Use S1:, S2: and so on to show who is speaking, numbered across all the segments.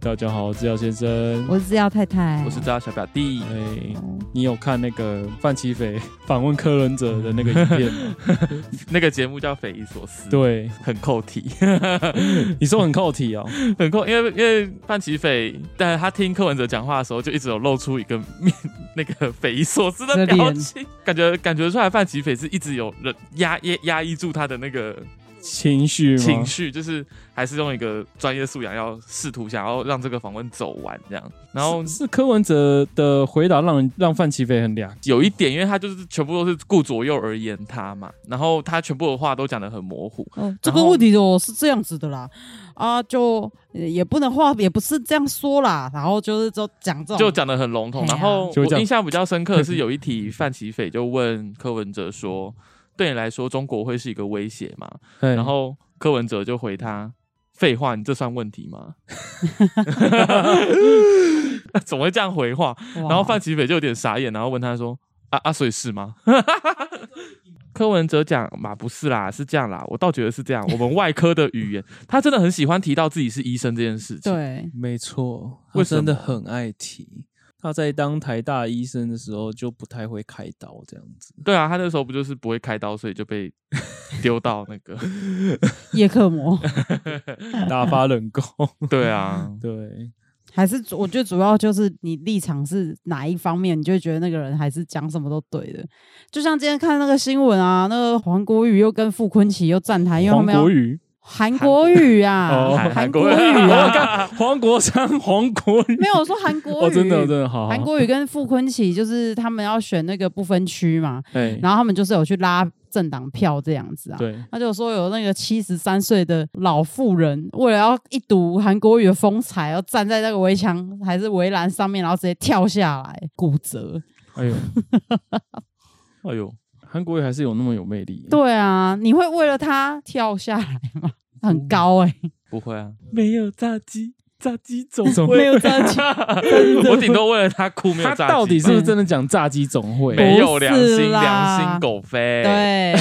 S1: 大家好，我是廖先生。
S2: 我是资料太太，
S3: 我是扎小表弟，
S1: 哎，你有看那个范奇斐 访问柯伦哲的那个影片吗？
S3: 那个节目叫《匪夷所思》，，
S1: 对，
S3: 很扣题，
S1: 你说很扣题哦。
S3: 很扣，因为因为范奇斐，但他听柯文哲讲话的时候，就一直有露出一个面那个匪夷所思的
S2: 这
S3: 表
S2: 脸
S3: 情，感觉感觉出来范奇斐是一直有人压压压抑住他的那个
S1: 情绪吗？
S3: 情绪，就是还是用一个专业素养，要试图想要让这个访问走完这样，然后
S1: 是是柯文哲的回答让人让范奇斐很俩。
S3: 有一点，因为他就是全部都是顾左右而言他嘛，然后他全部的话都讲得很模糊，
S2: 哦，这个问题哦是这样子的啦，啊，就呃也不能话也不是这样说啦，然后就是就讲这种，
S3: 就讲得很笼统。
S2: 哎呀
S3: 然后
S1: 就
S3: 我
S1: 这样
S3: 印象比较深 刻的是有一题，范奇斐就问柯文哲说：“对你来说，中国会是一个威胁吗？”
S1: 然
S3: 然后柯文哲就回他：“废话，你这算问题 吗？” 怎么会这样回话？
S2: 哇
S3: 然后范奇斐就有点傻眼，然后问他说：“啊啊，所以是吗？” 柯文哲讲嘛，不是啦，是这样啦，我倒觉得是这样。我们外科的语言，他真的很喜欢提到自己是医生这件事情。
S2: 对
S1: 没错，
S3: 为
S1: 他
S3: 什么
S1: 真的很爱提。他在当台大医生的时候就不太会开刀这样 子，
S3: 对啊，他那时候不就是不会开刀，所以就被 丢到那个。
S2: 叶克膜
S1: 打发冷宫。
S3: 对啊，
S1: 对，
S2: 还是主我觉得主要就是你立场是哪一方面，你就会觉得那个人还是讲什么都对的。就像今天看那个新闻啊，那个黄国瑜又跟傅昆奇又站台，因为他
S1: 黄
S2: 们要
S1: 国 瑜、
S2: 韩国语啊，
S1: 哦
S3: 韩
S2: 韩
S3: 韩
S2: 国
S3: 国
S2: 语
S3: 瑜
S2: 啊，
S1: 黄国昌、黄国瑜，
S2: 没有我说韩国
S1: 哦，
S2: 语，
S1: 真的真的好，好
S2: 韩国语跟傅昆奇就是他们要选那个不分区嘛，
S1: 哎，
S2: 然后他们就是有去拉政党票这样子啊。
S1: 对，
S2: 他就说有那个七十三岁的老妇人，为了要一睹韩国语的风采，要站在那个围墙还是围栏上面，然后直接跳下来骨折。
S1: 哎呦，
S3: 哎呦，
S1: 韩国瑜还是有那么有魅力，，
S2: 对啊，你会为了他跳下来吗？很高哎、
S3: 不会啊，没有炸鸡，炸鸡总
S1: 总
S2: 没有这起，
S3: 我顶多为了他哭，没有
S1: 他
S3: 炸鸡吧。
S1: 到底是不是真的讲炸鸡总会？
S3: 没有良
S2: 不
S3: 心，
S2: 是啦
S3: 良心狗肺。
S2: 对，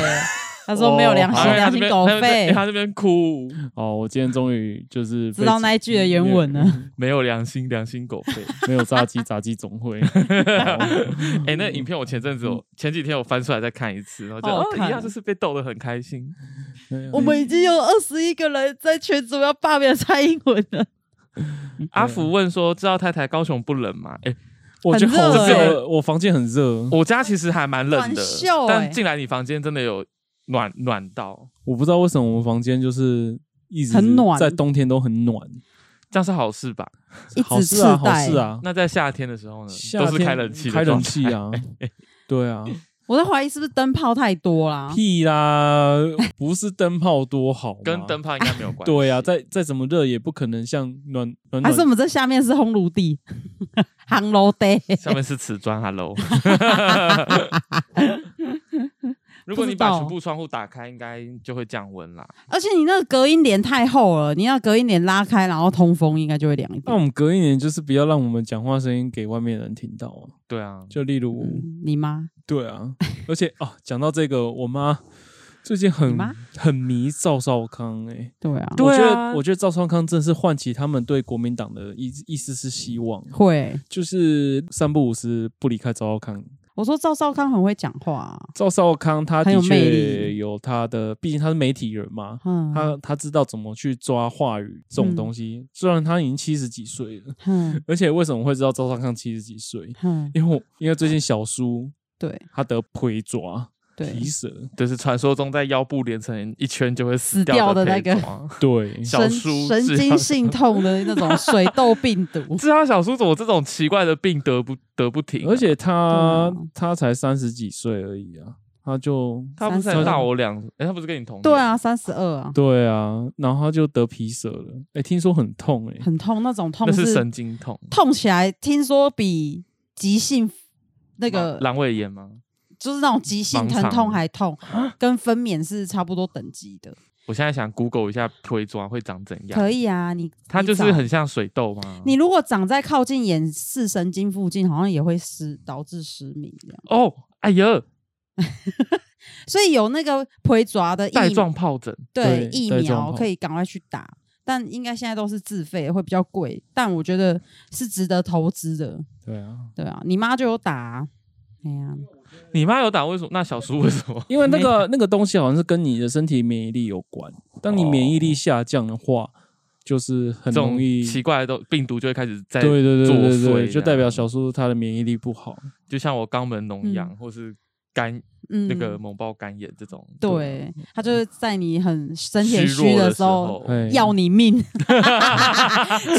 S2: 他说没有良
S3: 啊，
S2: 心，
S3: 因为他
S2: 良心
S3: 这边
S2: 狗
S3: 他这边
S2: 肺，
S3: 他这边哭，
S1: 哦，我今天终于就是被
S2: 知道那一句的原文了。
S3: 没有良心，良心狗肺。
S1: 没有炸鸡，炸鸡总 会。哦
S3: 哎、那影片我前阵子有，前几天我翻出来再看一次，然后就
S2: 好好
S3: 哦，
S2: 看
S3: 一样就是被逗得很开心。
S2: 我们已经有二十一个人在群组要罢免蔡英文了，
S3: 阿福问说：“知道太太高雄不冷吗？”哎、
S1: 我觉得好
S2: 很热
S3: 欸
S1: 热，我房间很热，
S3: 我家其实还蛮冷的，
S2: 暖秀欸
S3: 但进来你房间真的有暖暖到，
S1: 我不知道为什么我们房间就是一直
S2: 很暖
S1: 在冬天都很暖，
S3: 这样是好事吧？
S2: 一
S1: 好
S2: 直
S1: 事
S2: 自
S1: 啊，好
S2: 带
S1: 事。啊，
S3: 那在夏天的时候呢，
S1: 夏
S3: 都
S1: 天
S3: 是开冷气的
S1: 开
S3: 状态，
S1: 冷气啊，对啊，
S2: 我在怀疑是不是灯泡太多啦？
S1: 屁啦，不是灯泡多好吗，
S3: 跟灯泡应该没有关系。
S1: 对啊，再再怎么热也不可能像暖暖
S2: 还是我
S1: 暖
S2: 们这下面是烘炉地、烘炉地？
S3: 上面是瓷砖，Hello。如果你
S2: 不
S3: 把
S2: 知道
S3: 全部窗户打开，应该就会降温啦。
S2: 而且你那个隔音帘太厚了，你那隔音帘拉开，然后通风应该就会凉一
S1: 那
S2: 点。
S3: 哦
S1: 我们隔一年就是不要让我们讲话声音给外面的人听到啊，
S3: 对啊，
S1: 就例如
S2: 嗯，你妈
S1: 对啊，而且啊，讲到这个，我妈最近
S2: 你
S1: 很
S2: 妈
S1: 很迷赵少康哎、欸。
S2: 对 啊，
S1: 我觉
S3: 对
S1: 得
S3: 啊，
S1: 我觉得赵少康真是唤起他们对国民党的一一丝丝希望，
S2: 会。
S1: 就是三不五时不离开赵少康。
S2: 我说赵少康很会讲话啊、
S1: 赵少康他
S2: 很
S1: 的
S2: 有魅
S1: 确
S2: 力
S1: 有他的，毕竟他是媒体人嘛，
S2: 嗯，
S1: 他他知道怎么去抓话语这种
S2: 嗯
S1: 东西。虽然他已经七十几岁了，
S2: 嗯
S1: 而且为什么会知道赵少康七十几岁？
S2: 嗯，
S1: 因为我因为最近小叔
S2: 对
S1: 他得腿爪
S2: 对
S1: 皮，蛇，
S3: 就是传说中在腰部连成一圈就会死
S2: 死掉
S3: 的
S2: 的那个
S3: 配种啊
S1: 对，
S3: 小
S2: 神
S3: 叔
S2: 神
S3: 治
S2: 经
S3: 疗，
S2: 性痛的那种水痘病毒
S3: 治他小叔怎么这种奇怪的病得不得不停啊、
S1: 而且他、
S2: 对啊
S1: 他才三十几岁而已啊，他就
S3: 他不是
S2: 三
S3: 才
S2: 十
S3: 大我两，哎、他不是跟你同年
S2: 对，啊，三十二啊，
S1: 对啊，然后他就得皮蛇了，哎、听说很痛哎、
S2: 很痛，那种痛
S3: 那是
S2: 是
S3: 神经痛，
S2: 痛起来，听说比急性那
S3: 那
S2: 个
S3: 阑尾炎吗？
S2: 就是那种急性
S3: 盲
S2: 疼痛
S3: 肠啊
S2: 还痛，跟分娩是差不多等级的。
S3: 我现在想 Google 一下腿爪会长怎样，
S2: 可以啊，你
S3: 它
S2: 你
S3: 就是
S2: 长
S3: 很像水痘吗？
S2: 你如果长在靠近眼视神经附近，好像也会失导致失明这样。
S3: 哦，哎呀，
S2: 所以有那个腿爪的疫
S3: 带状疱疹，
S2: 对
S1: 对
S2: 疫
S1: 带状
S2: 苗
S1: 疱
S2: 可以赶快去打，但应该现在都是自费，会比较贵，但我觉得是值得投资的。
S1: 对啊，
S2: 对啊，你妈就有打啊、哎呀、
S3: 你妈有打为什么？那小叔为什么？
S1: 因为那个那个东西好像是跟你的身体免疫力有关。当你免疫力下降的话，就是 很
S3: 哦这种
S1: 容易
S3: 奇怪的都病毒就会开始在
S1: 对对对
S3: 作
S1: 对
S3: 祟
S1: 对，
S3: 这
S1: 就
S3: 样
S1: 代表小叔叔他的免疫力不好。
S3: 就像我肛门脓一样，或是肝
S2: 嗯，
S3: 那个脓包肝炎这种。
S2: 对，他就是在你很身体很
S3: 虚弱
S2: 虚
S3: 的
S2: 时候。
S1: 哎，
S2: 要你 命，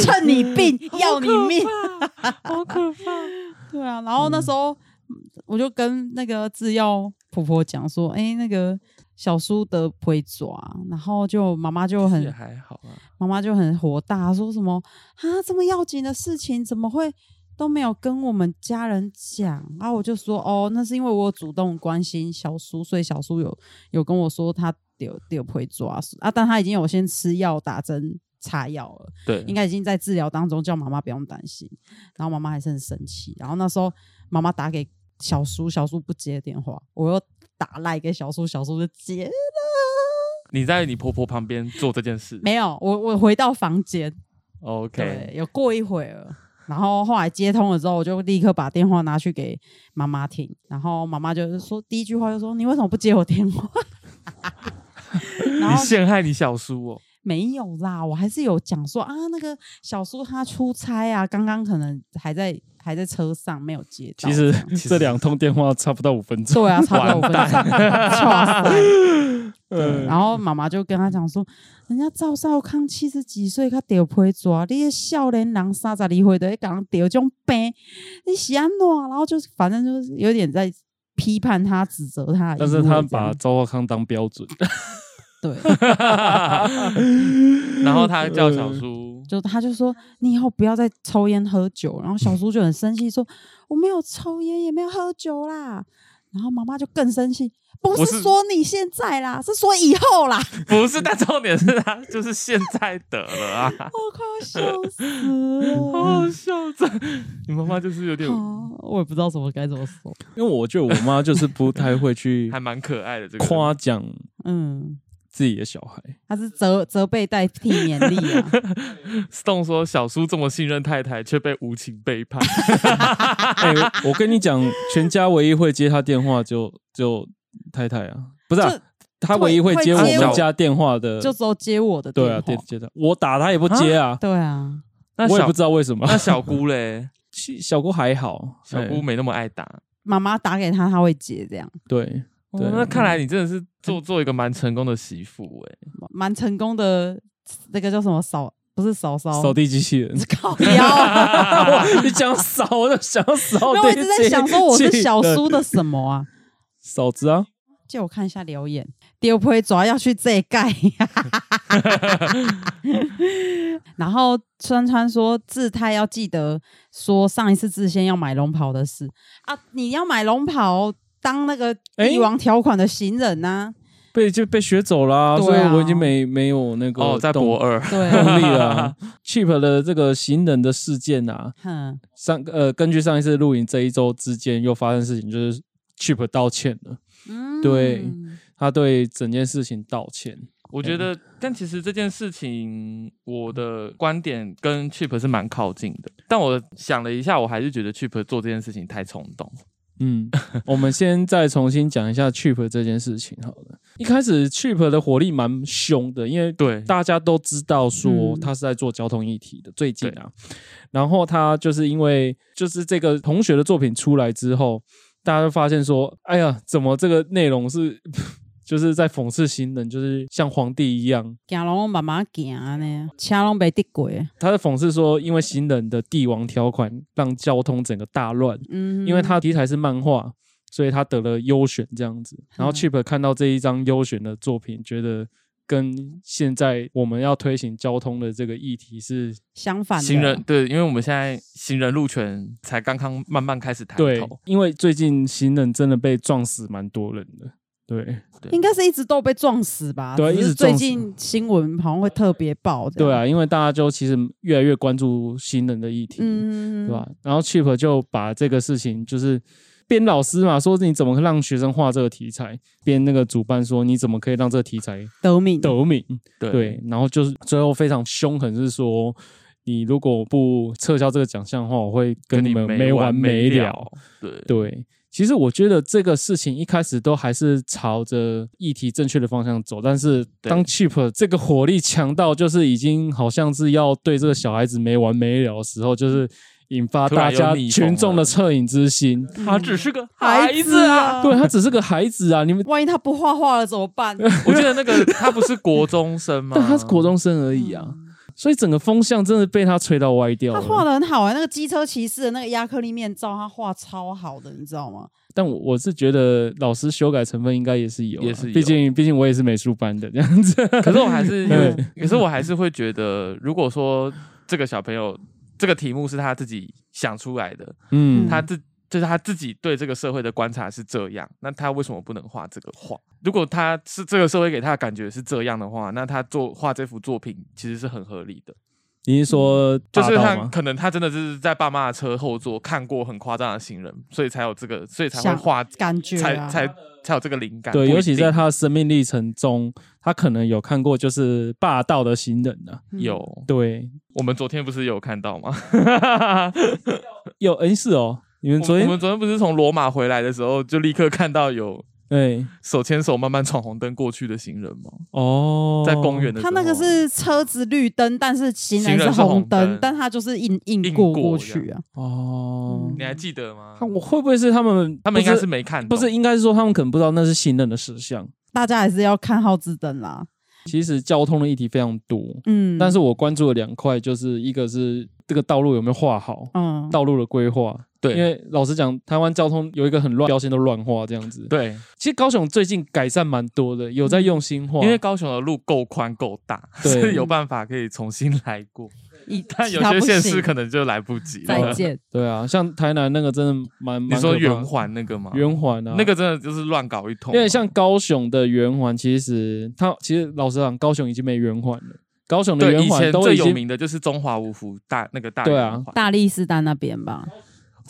S2: 趁你病要你命，
S3: 好可怕！
S2: 对啊，然后那时候我就跟那个制药婆婆讲说，哎、那个小叔得腿爪，然后就妈妈就
S3: 也
S2: 很
S3: 还好啊，
S2: 妈妈就很火大，说什么啊这么要紧的事情怎么会都没有跟我们家人讲？然后我就说哦，那是因为我有主动关心小叔，所以小叔有有跟我说他有有腿爪啊，但他已经有先吃药打针擦药了。
S3: 对
S2: 应，该已经在治疗当中，叫妈妈不用担心。然后妈妈还是很生气。然后那时候妈妈打给小叔，小叔不接电话，我又打赖给小叔，小叔就接了。
S3: 你在你婆婆旁边做这件事
S2: 没有，我我回到房间，
S3: ，OK，
S2: 嗯对，有过一会儿。然后后来接通了之后，我就立刻把电话拿去给妈妈听，然后妈妈就是说第一句话就说：“你为什么不接我电话？” 然
S3: 你
S2: 后
S3: 陷害你小叔哦，
S2: 没有啦，我还是有讲说啊，那个小叔他出差啊，刚刚可能还在还在车上没有接到
S1: 其
S2: 这
S1: 实
S2: 样。
S1: 这两通电话差不到五分 钟。
S2: 对啊，差不多五分钟。 哇塞对
S1: 嗯，
S2: 然后妈妈就跟他讲说，人家赵少康七十几岁，他得陪抓，你这少年人三十二岁的，讲得这种病，你喜安诺，然后就是反正就是有点在批判他、指责他的
S1: 但
S2: 意
S1: 是
S2: 味这样。
S1: 他把赵浩康当标准，
S2: 对，
S3: 然后他叫小
S1: 嗯
S3: 叔，
S2: 就他就说你以后不要再抽烟喝酒，然后小叔就很生气说我没有抽烟也没有喝酒啦，然后妈妈就更生气，不
S3: 我
S2: 是
S3: 是
S2: 说你现在啦，是说以后啦，
S3: 不是，但重点是他就是现在得 了啊，
S2: 我快要笑死
S3: 好
S2: 了。
S3: 好笑，这你妈妈就是有点
S2: 好我也不知道怎么该怎么说，
S1: 因为我觉得我妈就是不太会 去
S3: 还蛮可爱的这个
S1: 夸奖
S2: 嗯，
S1: 自己的小孩，
S2: 他是责责备代替勉励啊，
S3: Stone 说：“小叔这么信任太太，却被无情背叛。
S1: 哎、我我跟你讲，全家唯一会接他电话就就太太啊，不是、啊
S2: 就，
S1: 他唯一会接我
S2: 会
S3: 接我
S1: 们家电话的，
S2: 就只有接我的电
S1: 对啊，
S2: 话，
S1: 接接他，我打他也不接啊，
S2: 对啊，”
S3: 那
S1: 我也
S3: 小
S1: 不知道为什么。
S3: 那小姑嘞，
S1: 其小姑还好，
S3: 小
S1: 哎
S3: 姑没那么爱打。
S2: 妈妈打给他他会接，这样
S1: 对，
S3: 哦
S1: 对
S3: 那看来你真的是做做一个蛮成功的媳妇哎。
S2: 蛮成功的，那个叫什么扫，不是嫂嫂，
S1: 扫地机器人。
S2: 靠腰。啊
S3: 欸
S1: 我你讲扫，我就想 扫
S2: 没有，
S1: 地
S2: 我一
S1: 机器人。
S2: 直在想说我是小叔的什么啊？
S1: 嫂子啊，
S2: 借我看一下留言，丢不会主要要去这一 盖。然后川川说志泰要记得说上一次志先要买龙袍的事啊，你要买龙袍当那个
S1: 哎
S2: 帝王条款的行人啊呐、
S1: 被就被学走啦、
S2: 对啊
S1: 所以我已经没没有那个
S3: 哦，在
S1: 动
S3: 博二，
S2: 对
S1: 动
S2: 啊，
S1: 力了、Cheap 的这个行人的事件啊，
S2: 哼，
S1: 上呃，根据上一次录影，这一周之间又发生事情，就是 Cheap 道歉了，
S2: 嗯
S1: 对他对整件事情道歉。
S3: 我觉
S1: 哎
S3: 得，但其实这件事情，我的观点跟 Chip 是蛮靠近的。但我想了一下，我还是觉得 Chip 做这件事情太冲动。
S1: 嗯， 我们先再重新讲一下 Cheap 这件事情好了。一开始 Cheap 的火力蛮凶的，因为
S3: 对，
S1: 大家都知道说
S2: 嗯
S1: 他是在做交通议题的，最近啊，然后他就是因为就是这个同学的作品出来之后，大家就发现说，哎呀，怎么这个内容是 就是在讽刺行人，就是像皇帝一样，
S2: 行龙慢慢行啊呢，车龙被滴过，
S1: 他在讽刺说，因为行人的帝王条款让交通整个大乱，
S2: 嗯，
S1: 因为他题材是漫画。所以他得了优选这样子，然后
S2: 嗯
S1: Chip 看到这一张优选的作品，觉得跟现在我们要推行交通的这个议题是
S2: 相反的
S3: 行人对，因为我们现在行人路权才刚刚慢慢开始抬
S1: 对
S3: 头，，
S1: 因为最近行人真的被撞死蛮多人的。对
S2: 应该是一直都被撞死吧？
S1: 对啊
S2: 只是
S1: 一直撞
S2: 最
S1: 死
S2: 近新闻好像会特别爆。
S1: 对，啊，因为大家就其实越来越关注行人的议题，
S2: 嗯，
S1: 啊对吧？然后 Chip 就把这个事情就是编老师嘛，说你怎么让学生画这个题材，编那个主办说你怎么可以让这个题材
S2: 得名
S1: 得名，
S3: 对
S1: 对，然后就是最后非常凶狠，是说你如果不撤销这个奖项的话，我会跟你们没
S3: 完
S1: 没
S3: 了。对
S1: 对，其实我觉得这个事情一开始都还是朝着议题正确的方向走，但是
S3: 对
S1: 当 Chip 这个火力强到就是已经好像是要对这个小孩子没完没了的时候，就是引发
S3: 突然
S1: 大
S3: 有
S1: 家
S3: 逆风
S1: 群众
S3: 了
S1: 的恻隐之心。
S3: 他啊只是个
S2: 孩
S3: 子啊。
S2: 啊
S1: 对他只是个孩子啊，你们
S2: 万一他不画画了怎么办？
S3: 我记得那个他不是国中生吗？
S1: 但他是国中生而已啊，所以整个风向真的被他吹到歪掉
S2: 嗯他画
S1: 了。
S2: 的很好啊、那个机车骑士的那个亚克力面罩，他画超好的，你知道吗？
S1: 但我我是觉得老师修改成分应该也是有啊，
S3: 也是有
S1: 毕竟毕竟我也是美术班的这样 子。
S3: 可是我 还是，
S1: 对
S3: 可是我还是会觉得，如果说这个小朋友这个题目是他自己想出来的，
S1: 嗯，
S3: 他自就是他自己对这个社会的观察是这样，那他为什么不能画这个画？如果他是这个社会给他的感觉是这样的话，那他做画这幅作品其实是很合理的。
S1: 你是说
S3: 就是
S1: 霸道
S3: 他
S1: 吗？
S3: 可能他真的是在爸妈的车后座看过很夸张的行人，所以才有这个，所以才会
S2: 想
S3: 画，
S2: 感觉、
S3: 才
S2: 啊、
S3: 才才有这个灵感。
S1: 对，
S3: 不一
S1: 尤其
S3: 定
S1: 在他的生命历程中，他可能有看过就是霸道的行人啊。
S2: 嗯
S3: 有
S1: 对，
S3: 我们昨天不是有看到吗？
S1: 有恩是哦，你们
S3: 我
S1: 昨
S3: 们我
S1: 天
S3: 们昨天不是从罗马回来的时候，就立刻看到有
S1: 对
S3: 手牵手慢慢闯红灯过去的行人吗？
S1: 哦，
S3: 在公园的时
S2: 他
S3: 候，啊
S2: 那个是车子绿灯，但是行
S3: 行
S2: 人
S3: 人
S2: 是
S3: 是红
S2: 红
S3: 灯
S2: 灯，但他就是硬硬
S3: 硬
S2: 过
S3: 过
S2: 过
S3: 这
S2: 去啊。
S1: 哦
S2: 嗯。
S3: 你还记得吗？
S1: 看我会不会是他们？
S3: 他们应该
S1: 不
S3: 是没看
S1: 不
S3: 懂，
S1: 是应该是说他们可能不知道那是行人的事项。
S2: 大家还是要看号志灯啦。
S1: 其实交通的议题非常多，
S2: 嗯，
S1: 但是我关注了两块，就是一个是这个道路有没有画好，
S2: 嗯，
S1: 道路的规划。
S3: 对
S1: 因为老实讲，台湾交通有一个很乱，标线都乱画这样子。，
S3: 对，嗯
S1: 其实高雄最近改善蛮多的，有在用心画，
S3: 因为高雄的路够宽够大，
S1: 对
S3: 是有办法可以重新来过，
S2: 以
S3: 但有
S2: 其他
S3: 些
S2: 不
S3: 县
S2: 行
S3: 市可能就来不及
S2: 再
S3: 了。
S2: 见。
S1: 对啊，像台南那个真的蛮，
S3: 你
S1: 蛮
S3: 说
S1: 可怕
S3: 圆环那个吗？
S1: 圆环啊，
S3: 那个真的就是乱搞一通啊，
S1: 因为像高雄的圆环，其实它其实老实讲，高雄已经没圆环了，高雄的
S3: 对
S1: 圆
S3: 以前
S1: 环都
S3: 最
S1: 已
S3: 有
S1: 经
S3: 名的就是中华五福大那个大
S1: 对啊
S3: 圆环，
S2: 大力士丹那边吧，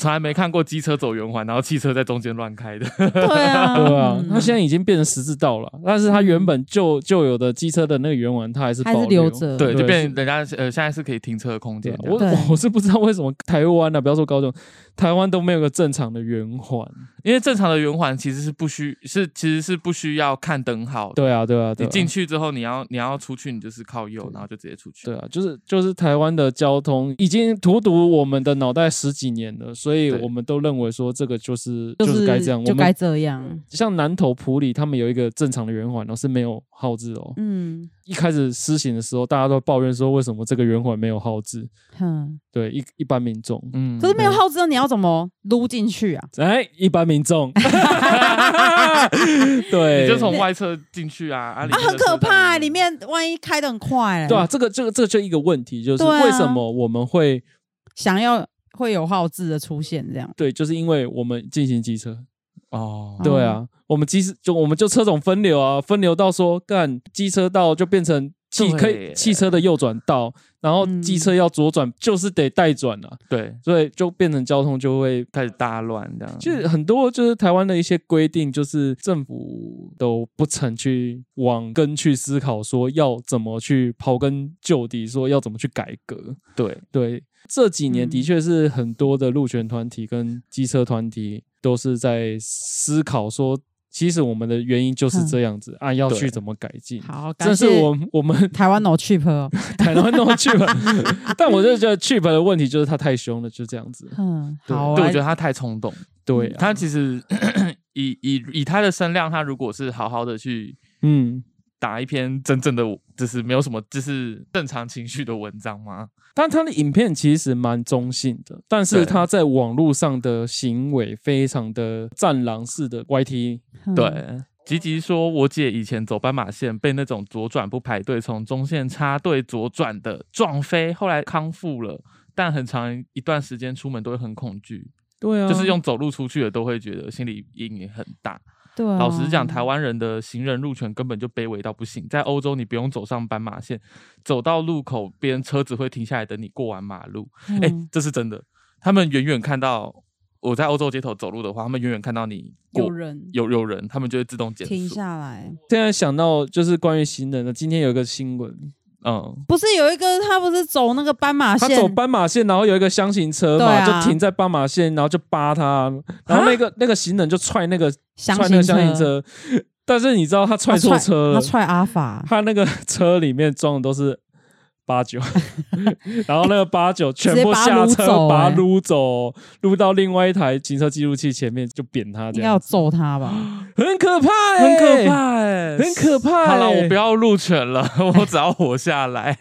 S3: 从来没看过机车走圆环，然后汽车在中间乱开的。
S1: 嗯
S2: 对啊，
S1: 对啊，
S2: 嗯
S1: 它现在已经变成十字道了，但是它原本就就有的机车的那个圆环，它还是
S2: 还是
S1: 保
S2: 留。着，
S3: 对，就
S1: 对
S3: 变成人家呃现在是可以停车的空
S1: 对
S3: 间
S1: 啊
S3: 这
S1: 我
S3: 样。
S2: 对
S1: 我是不知道为什么台湾呢、啊，不要说高雄，台湾都没有个正常的圆环。
S3: 因为正常的圆环其实是不需是其实是不需要看灯号的。
S1: 对啊，对啊，对
S3: 你
S1: 啊。
S3: 进去之后，你要你要出去，你就是靠右，
S1: 对
S3: 然后就直接出去。
S1: 对啊，就是就是台湾的交通已经荼毒我们的脑袋十几年了，所以
S3: 对
S1: 我们都认为说这个就是
S2: 就是
S1: 该这样。我
S2: 就该
S1: 们
S2: 这样。
S1: 像南投埔里，他们有一个正常的圆环哦，是没有号志哦。
S2: 嗯
S1: 一开始施行的时候，大家都抱怨说为什么这个圆环没有号志？
S2: 哼，
S1: 对，一一般民众，
S3: 嗯
S2: 可是没有号志灯，你要怎么撸进去啊？
S1: 哎，一般民众， 对，
S3: 你就从外侧进去啊，啊，里
S2: 啊，
S3: 面的
S2: 很可
S3: 车在
S2: 怕、欸，里面万一开的很快、欸，
S1: 对啊，这个这个这个就一个问题，就是
S2: 对啊
S1: 为什么我们会
S2: 想要会有号志的出现，这样
S1: 对，就是因为我们进行机车，
S3: 哦，
S1: 对啊，我们机就我们就车种分流啊，分流到说干机车道就变成汽
S3: 对
S1: 可以汽车的右转道，然后
S2: 嗯
S1: 机车要左转就是得带转啊，
S3: 对，
S1: 所以就变成交通就会。
S3: 开始大乱这样。
S1: 其实很多就是台湾的一些规定，就是政府都不曾去往根去思考，说要怎么去刨根究底，说要怎么去改革。
S3: 对，
S1: 对，这几年
S2: 嗯
S1: 的确是很多的路权团体跟机车团体都是在思考说，其实我们的原因就是这样子、啊，要去
S3: 对
S1: 怎么改进。
S2: 嗯好，感
S1: 这是
S2: 谢
S1: 我们我 们
S2: 台湾 no cheap，哦
S1: 台湾弄 Chip，但 我就觉得 Chip 的问题就是他太凶了，就这样 子。
S2: 哼，
S1: 对
S2: 好，啊
S3: 对，我觉
S2: 来
S3: 得他太冲动。
S1: 对、啊，
S3: 他其实 以以以他的声量，他如果是好好的去
S1: 嗯，
S3: 打一篇真正的，就是没有什么，就是正常情绪的文章吗？
S1: 但他的影片其实蛮中性的，但
S3: 对
S1: 是他在网络上的行为非常的战狼式的 YT，
S2: 哼
S3: 对，吉吉说，我姐以前走斑马线被那种左转不排队，从中线插队左转的撞飞，后来康复了。但很长一段时间出门都会很恐惧，
S1: 对啊，
S3: 就是用走路出去的都会觉得心理阴影很大。
S2: 对啊，
S3: 老实讲，台湾人的行人路权根本就卑微到不行。在欧洲，你不用走上斑马线，走到路口边，车子会停下来等你过完马路。
S2: 嗯，
S3: 哎、这是真的。他们远远看到我在欧洲街头走路的话，他们远远看到你过
S2: 有人
S3: 有有人，他们就会自动减
S2: 停
S3: 速。
S2: 下来，
S1: 现在想到就是关于行人的，今天有一个新闻，
S3: 嗯，
S2: 不是有一个他不是走那个斑马
S1: 他
S2: 线，
S1: 走斑马线，然后有一个箱型车嘛，
S2: 对啊
S1: 就停在斑马线，然后就扒他，然后那个那个行人就踹那个
S2: 箱
S1: 踹那
S2: 型
S1: 个箱型，车，但是你知道他踹
S2: 他
S1: 错车了，
S2: 他踹阿法，
S1: 他那个车里面装的都是八 九，然后那个八九全部下
S2: 直接把
S1: 车
S2: 他撸走欸
S1: 把他撸走，撸到另外一台行车记录器前面就扁他，这
S2: 应该要
S1: 样
S2: 揍他吧？
S1: 很可怕欸，
S3: 很可怕哎、
S1: 很可怕欸。
S3: 好了，我不要入犬了，我只要活下来。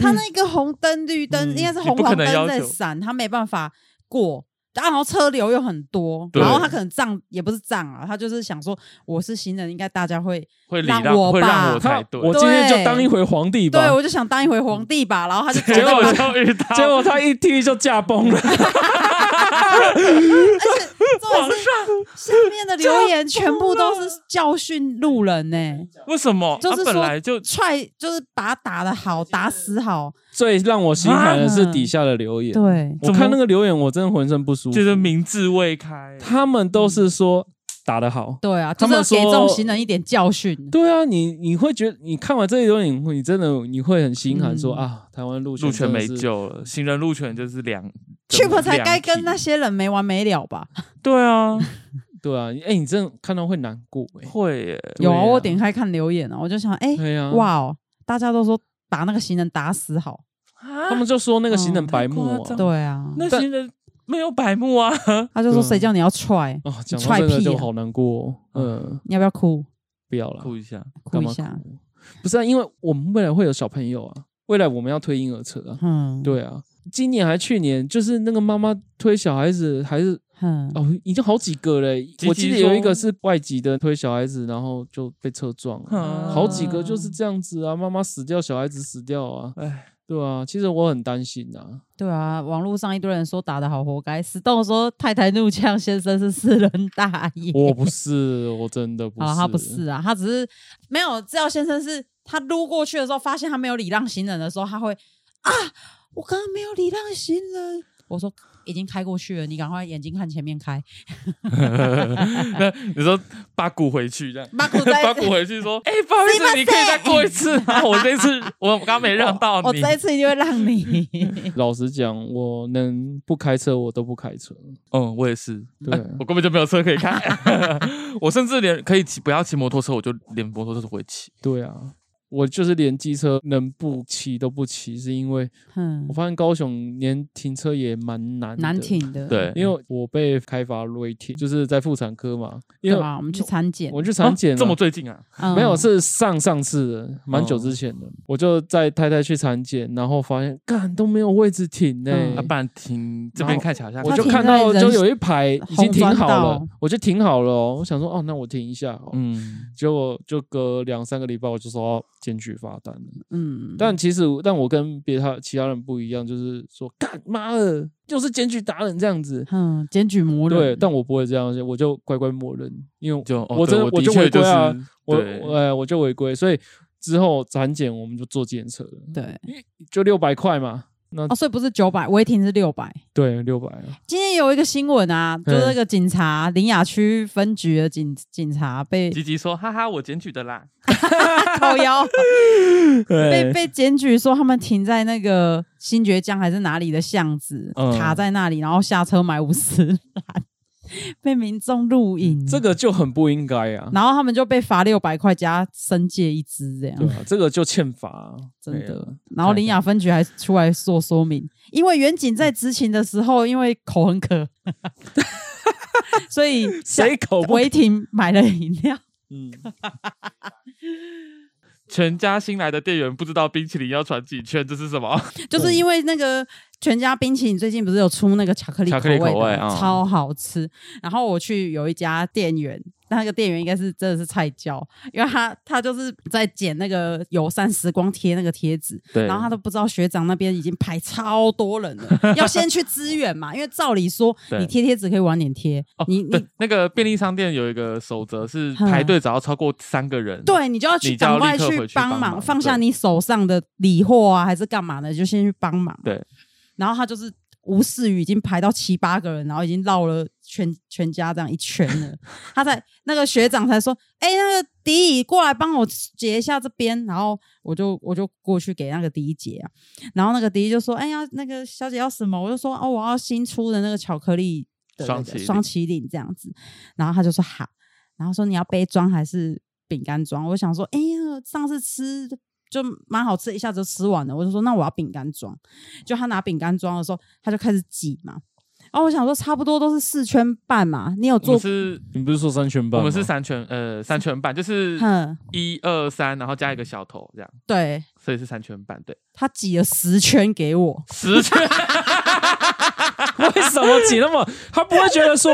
S2: 他那个红灯绿灯
S3: 嗯
S2: 应该是红
S3: 你不可
S2: 黄
S3: 能
S2: 灯
S3: 要
S2: 在
S3: 求
S2: 闪，他没办法过。啊然后车流又很多，
S3: 对
S2: 然后他可能仗也不是仗啊，他就是想说我是行人，应该大家会
S3: 会礼
S2: 让
S3: 让，
S2: 我
S3: 会让
S2: 吧
S3: 我
S1: 他
S3: 才对。
S1: 我今天就
S2: 对
S1: 当一回皇帝吧
S2: 对，我就想当一回皇帝吧，然后他就走
S3: 嗯结
S2: 在
S3: 果
S2: 马
S3: 就遇到
S1: 结果他一踢就驾崩了。
S2: 重 点是下面的留言全部都是教训路人呢、
S3: 为什么？
S2: 就
S3: 他
S2: 是
S3: 本
S2: 说
S3: 来就
S2: 踹就是把他打的好，打死好，
S1: 最让我心寒的是底下的留言，
S2: 对，
S1: 我看那个留言我真的浑身不舒服
S3: 就。是明智未开。
S1: 他们都是说打得好，
S2: 对啊，
S1: 他
S2: 就
S1: 们
S2: 是要给
S1: 说
S2: 这种行人一点教训。
S1: 对啊，你你会觉得你看完这些留言，你真的你会很心寒
S2: 嗯
S1: 说，啊，台湾路
S3: 路权
S1: 权
S3: 没
S1: 真的是
S3: 救了，行人路权就是两
S2: Chip 才该跟那
S3: 那
S2: 些人没完没了吧？
S3: 对 啊，
S1: 对啊，哎、你真的看到会难过哎、
S3: 会耶
S1: 对
S2: 有啊，
S1: 啊
S2: 我点开看留言啊，我就想， 哎、
S1: 对啊，哇，
S2: 哇哦，大家都说把那个行人打死好，
S1: 他们就说那个行人
S2: 哦
S1: 白目
S3: 太夸
S1: 啊
S3: 张。
S2: 对啊，
S3: 啊那
S1: 但
S3: 行人没有白目啊，
S2: 他就说
S1: 对啊
S2: 谁叫你要踹，
S1: 哦，讲到
S2: 踹
S1: 这个
S2: 屁
S1: 就
S2: 啊
S1: 好难过、哦，嗯，
S2: 你要不要哭
S1: 不要了，
S3: 一下。
S2: 哭
S1: 干
S2: 一
S1: 嘛
S2: 下？
S1: 哭不是啊，因为我们未来会有小朋友啊，未来我们要推婴儿车啊，
S2: 嗯，，
S1: 对啊，今年还去年就是那个妈妈推小孩子，还是
S2: 嗯，
S1: 哦，已经好几个嘞、
S3: 集
S1: 我记
S3: 体
S1: 得有一
S3: 说
S1: 个是外籍的推小孩子，然后就被车撞了。
S2: 嗯
S3: 啊
S1: 好几个就是这样子啊，妈妈死掉，小孩子死掉啊，
S3: 哎，
S1: 对啊，其实我很担心 啊，
S2: 对啊，网络上一堆人说打的好活该，死斗说太太怒呛先生是四人大爷。
S1: 我不是，我真的不是，
S2: 啊，他不是啊，他只是没有。知道先生是他撸过去的时候，发现他没有礼让行人的时候，他会啊，我刚刚没有礼让行人。我说已经开过去了，你赶快眼睛看前面开。
S3: 那你说把骨回去 这样，
S2: 马古在
S3: 把骨回去说， 哎，不好意
S2: 是不
S3: 思，
S2: 是
S3: 你可以再过一次啊，我这 次我刚没让到
S2: 我
S3: 你。
S2: 这一哦次一定会让你。
S1: 老实讲，我能不开车我都不开车，
S3: 嗯，我也 是，
S1: 对
S3: 哎我根本就没有车可以开， 我甚至连可以骑不要骑摩托车，我就连摩托车都不会骑。
S1: 对啊。我就是连机车能不骑都不骑，是因为
S2: 嗯
S1: 我，发现高雄连停车也蛮难的
S2: 难，挺的，
S3: 对，
S1: 因为我被开罚违停，就是在妇产科嘛，因
S2: 对啊
S1: 为
S2: 吧？我们去产检，
S1: 我去产检、
S3: 啊这么最近啊，
S2: 嗯
S1: 没有，是上上次的，蛮久之前的。我就带太太去产检，然后发现干都没有位置停呢、
S2: 嗯
S3: 啊，不然停这边看起来好像
S1: 我就
S2: 停
S1: 看
S2: 在
S1: 到
S2: 人
S1: 就有一排已经停好
S2: 红
S1: 了
S2: 砖道，
S1: 我就停好了、哦。我想说，哦，那我停一下好了。
S3: 嗯，
S1: 结果就隔两三个礼拜，我就收到检举罚单了。
S2: 嗯，
S1: 但其实，但我跟别他其他人不一样，就是说，干妈的，就是检举达人这样子。
S2: 嗯，检举魔人，
S1: 对，但我不会这样，我就乖乖默认，因为
S3: 就、哦
S1: 我
S3: 对
S1: 真的
S3: 我
S1: 我
S3: 的
S1: 就
S3: 确
S1: 违
S3: 就
S1: 规
S3: 是
S1: 啊，我
S3: 对
S1: 我哎我就违规，所以之后产检我们就做检测了，
S2: 对
S1: 就六百块嘛。那
S2: 哦，所以不是九百，违停是六百。
S1: 对六百啊，
S2: 今天有一个新闻啊，就是
S1: 嗯
S2: 那个警察林雅区分局的警警察被
S3: 吉吉说：“哈哈，我检举的啦。
S2: 靠腰，被
S1: 对
S2: 被检举说他们停在那个新爵江还是哪里的巷子，
S1: 嗯
S2: 卡在那里，然后下车买五十兰， 被民众录影，
S1: 这，个就很不应该啊，
S2: 然后他们就被罚六百块加申诫一支，这样
S1: 对啊，这个就欠罚啊，
S2: 真
S1: 对啊
S2: 的。然后林雅分局还出来做说明，因为远景在执勤的时候，因为口很渴，所以下
S1: 谁口不
S2: 违停买了饮料。
S1: 嗯，
S3: 全家新来的店员不知道冰淇淋要转几圈，这是什么？
S2: 就是
S1: 对
S2: 因为那个全家冰淇淋最近不是有出那个巧克力
S3: 巧克力
S2: 口味
S3: 口味
S2: 的
S3: 啊
S2: 超好吃。然后我去有一家店员，那个店员应该是真的是菜椒，因为他他就是在剪那个友善时光贴那个贴纸，
S3: 对
S2: 然后他都不知道学长那边已经排超多人 了，要先去支援嘛，因为照理说
S3: 对哦
S2: 你贴贴纸可以晚点贴，你你
S3: 对那个便利商店有一个守则是
S2: 嗯
S3: 排队只要超过三个人，，
S2: 对，你就要
S3: 你
S2: 去
S3: 就要
S2: 赶快
S3: 立刻
S2: 去
S3: 回去
S2: 帮
S3: 帮
S2: 忙，
S3: 忙
S2: 放下
S3: 对
S2: 你手上的理货啊，还是干嘛的，就先去帮忙。
S3: 对，
S2: 然后他就是吴世宇已经排到七八个人，然后已经绕了全全家这样一圈了。他在那个学长才说：“哎、那个迪乙过来帮我截一下这边。”然后我就我就过去给那个迪乙截啊，然后那个迪乙就说：“哎呀，那个小姐要什么？”我就说：“哦，我要新出的那个巧克力的那
S3: 双
S2: 个
S3: 麒麟
S2: 双麒麟这样子。”然后他就说：“好。”然后说你要杯装还是饼干装？我想说，哎呀，上次吃就蛮好吃，一下子就吃完了。我就说那我要饼干装。就他拿饼干装的时候，他就开始挤嘛。然后我想说，差不多都是四圈半嘛。你有
S3: 我
S2: 做
S3: 们？是，
S1: 你不是说三圈半
S3: 我
S1: 吗？
S3: 们是三圈，呃，三圈半，就是
S2: 哼，
S3: 一二三，然后加一个小头这样，
S2: 对
S3: 所以是三圈半，对，
S2: 他挤了十圈给我，
S3: 十圈，
S1: 为什么挤那 么？他不会觉得说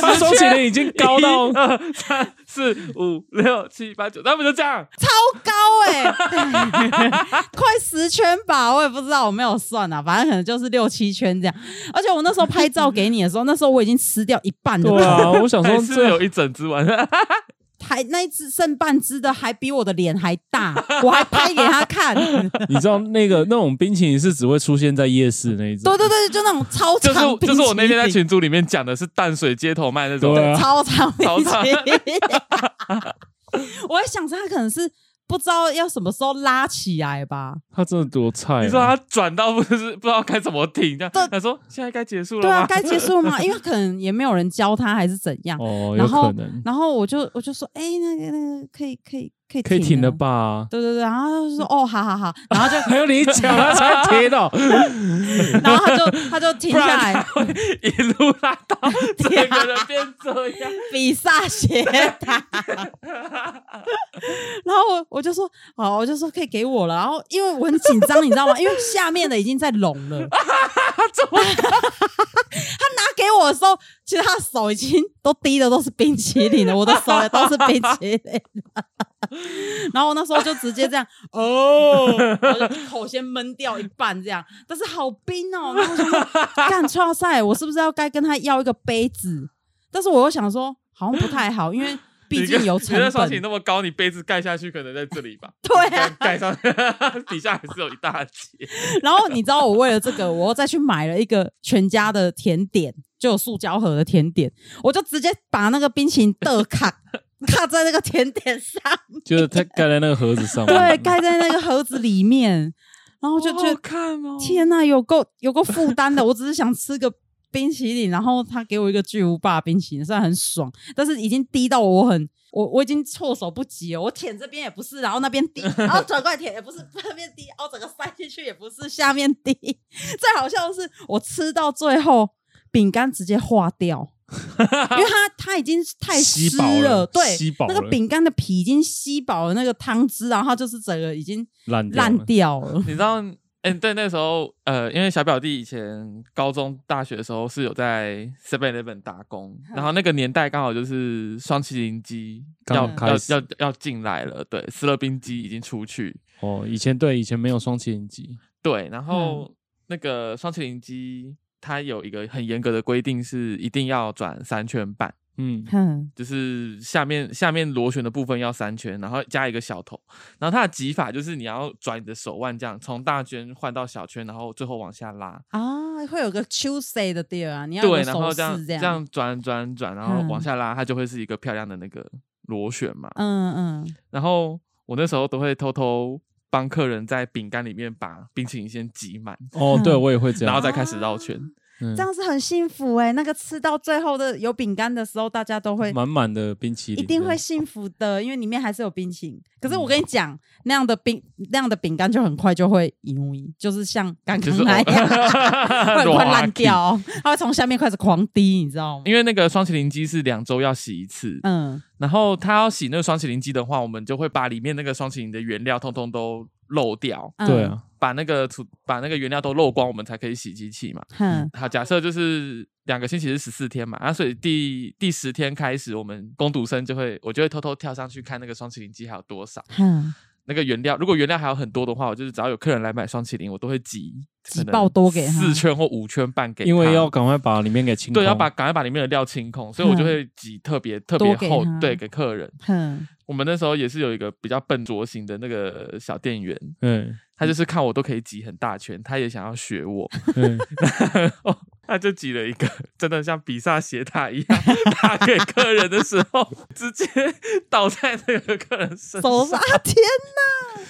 S1: 他收起来已经高
S3: 一
S1: 到
S3: 二三四五六七八九，那不就这样？
S2: 超高哎、 快十圈吧，我也不知道，我没有算啊，反正可能就是六七圈这样。而且我那时候拍照给你的时候，那时候我已经吃掉一半的
S1: 对
S2: 头
S1: 啊，我想
S3: 还
S1: 说
S3: 是
S1: 这
S3: 有一整只 完，
S2: 还那一只剩半只的还比我的脸还大，我还拍给他 看。对
S1: 你知道那个那种冰淇淋是只会出现在夜市那一种，
S2: 对对，就那种超
S3: 就
S2: 长
S3: 是
S2: 冰淇淋，
S3: 就是我那天在群组里面讲的是淡水街头卖那种，
S1: 对啊
S2: 超长冰
S3: 超长
S2: 淇淋。 我还想着他可能是不知道要什么时候拉起来吧。
S1: 他真的多菜、啊。
S3: 你说他转到不是不知道该怎么停，这样
S2: 对
S3: 他说现在该结束了
S2: 对啊，
S3: 吗？
S2: 该结束了吗？因为可能也没有人教他，还是怎样。
S1: 哦，有
S2: 然后
S1: 可能
S2: 然后我就我就说，哎、那个那个可以可以可以
S1: 可以停了
S2: 了？
S1: 吧？
S2: 对对对，然后他就说，哦，好好好，然 后就
S1: 还有你讲他才停到，
S2: 然后他就他就停
S3: 不
S2: 下
S3: 然
S2: 来
S3: 他。会一路拉到整个人变这样。
S2: 比萨斜塔。然后我我就说好，我就说可以给我了。然后因为我很紧张，你知道吗？因为下面的已经在拢 了。他 拿给我的时候，其实他手已经都滴的都是冰淇淋了，我的手也都是冰淇淋。 然后我那时候就直接这样哦，然后就一口先闷掉一半这样，但是好冰哦。然后我想说，干超赛，我是不是要该跟他要一个杯子？但是我又想说，好像不太好，因为 毕竟有成
S3: 你那双
S2: 本
S3: 擎。那么高，你杯子盖下去可能在这 里吧？
S2: 对啊，
S3: 盖上 底下还是有一大截。
S2: 然后你知道我为了这个，我又再去买了一个全家的甜点，就有塑胶盒的甜点，我就直接把那个冰淇淋的卡 卡在那个甜点上，
S1: 就是他盖在那个盒子上面。
S2: 对，盖在那个盒子里面，然后就觉得
S3: 看哦
S2: 天呐、有够有够负担的。我只是想吃个冰淇淋，然后他给我一个巨无霸冰淇淋，虽然很爽，但是已经低到我很我我已经措手不及了。我舔这边也不是，然后那边低，然后转过来舔也不是， 那边低，然后整个塞进去也不是，下面低。最好笑的是，我吃到最后饼干直接化掉。因为它它已经太
S1: 吸
S2: 湿
S1: 饱了
S2: 对
S1: 吸饱，
S2: 那个
S1: 了
S2: 饼干的皮已经吸饱了那个汤汁，然后它就是整个已经
S1: 烂掉了
S2: 烂掉了。
S3: 你知道，嗯、对，那时候呃，因为小表弟以前高中、大学的时候是有在 Seven Eleven 打工，
S2: 嗯
S3: 然后那个年代刚好就是双麒麟机
S1: 刚
S3: 要
S1: 开
S3: 要
S1: 始
S3: 要要进来了，对，斯乐冰机已经出去，
S1: 哦，以前对以前没有双麒麟机，
S3: 对，
S2: 嗯
S3: 然后、那个双麒麟机它有一个很严格的规定，是一定要转三圈半。
S1: 嗯，
S2: 哼，
S3: 就是下面下面螺旋的部分要三圈，然后加一个小头，然后它的挤法就是你要转你的手腕这样，从大圈换到小圈，然后最后往下拉，
S2: 啊，会有个 Tuesday 的 deal 啊，你要有
S3: 对，
S2: 个
S3: 然
S2: 手
S3: 后
S2: 势
S3: 这样
S2: 这样，
S3: 转转转，然后往
S2: 嗯
S3: 下拉，它就会是一个漂亮的那个螺旋嘛。
S2: 嗯嗯，
S3: 然后我那时候都会偷偷帮客人在饼干里面把冰淇淋先挤满，
S1: 哦，对我也会这
S3: 然后
S1: 样，
S3: 再开始绕圈。
S1: 嗯
S2: 这样是很幸福哎、那个吃到最后的有饼干的时候，大家都会
S1: 满满的冰淇
S2: 一
S1: 淋，
S2: 定会幸福的，因为里面还是有冰淇淋。可是
S3: 嗯
S2: 我跟你讲，那样的冰那样的饼干就很快就会因为就是像刚
S3: 就
S2: 刚
S3: 是哦
S2: 那
S3: 我
S2: 样，会很快烂
S3: Rocky
S2: 掉哦，它会从下面开始狂滴，你知道吗？
S3: 因为那个双麒麟机是两周要洗一次，
S2: 嗯，
S3: 然后他要洗那个双麒麟机的话，我们就会把里面那个双麒麟的原料通通都漏掉，
S2: 嗯
S1: 对，啊，
S3: 把那个储把那个原料都漏光，我们才可以洗机器嘛。
S2: 哼，
S3: 好，假设就是两个星期是十四天嘛，啊，所以第第十天开始，我们工读生就会，我就会偷偷跳上去看那个双麒麟机还有多少，
S2: 哼，
S3: 那个原料，如果原料还有很多的话，我就是只要有客人来买双麒麟，我都会挤
S2: 挤爆多给他
S3: 四圈或五圈半给他，
S1: 因为要赶快把里面给清空，
S3: 对要把赶快把里面的料清空，所以我就
S2: 嗯
S3: 会挤特别特别
S2: 多给
S3: 厚
S2: 他
S3: 对给客人。
S2: 哼，
S3: 我们那时候也是有一个比较笨拙型的那个小店员，
S1: 嗯
S3: 他就是看我都可以挤很大圈，他也想要学我，
S1: 嗯，
S3: 然后他就挤了一个，真的像比萨斜塔一样 打给客人的时候，直接倒在那个客人 身
S2: 手
S3: 上。
S2: 上，啊天 哪，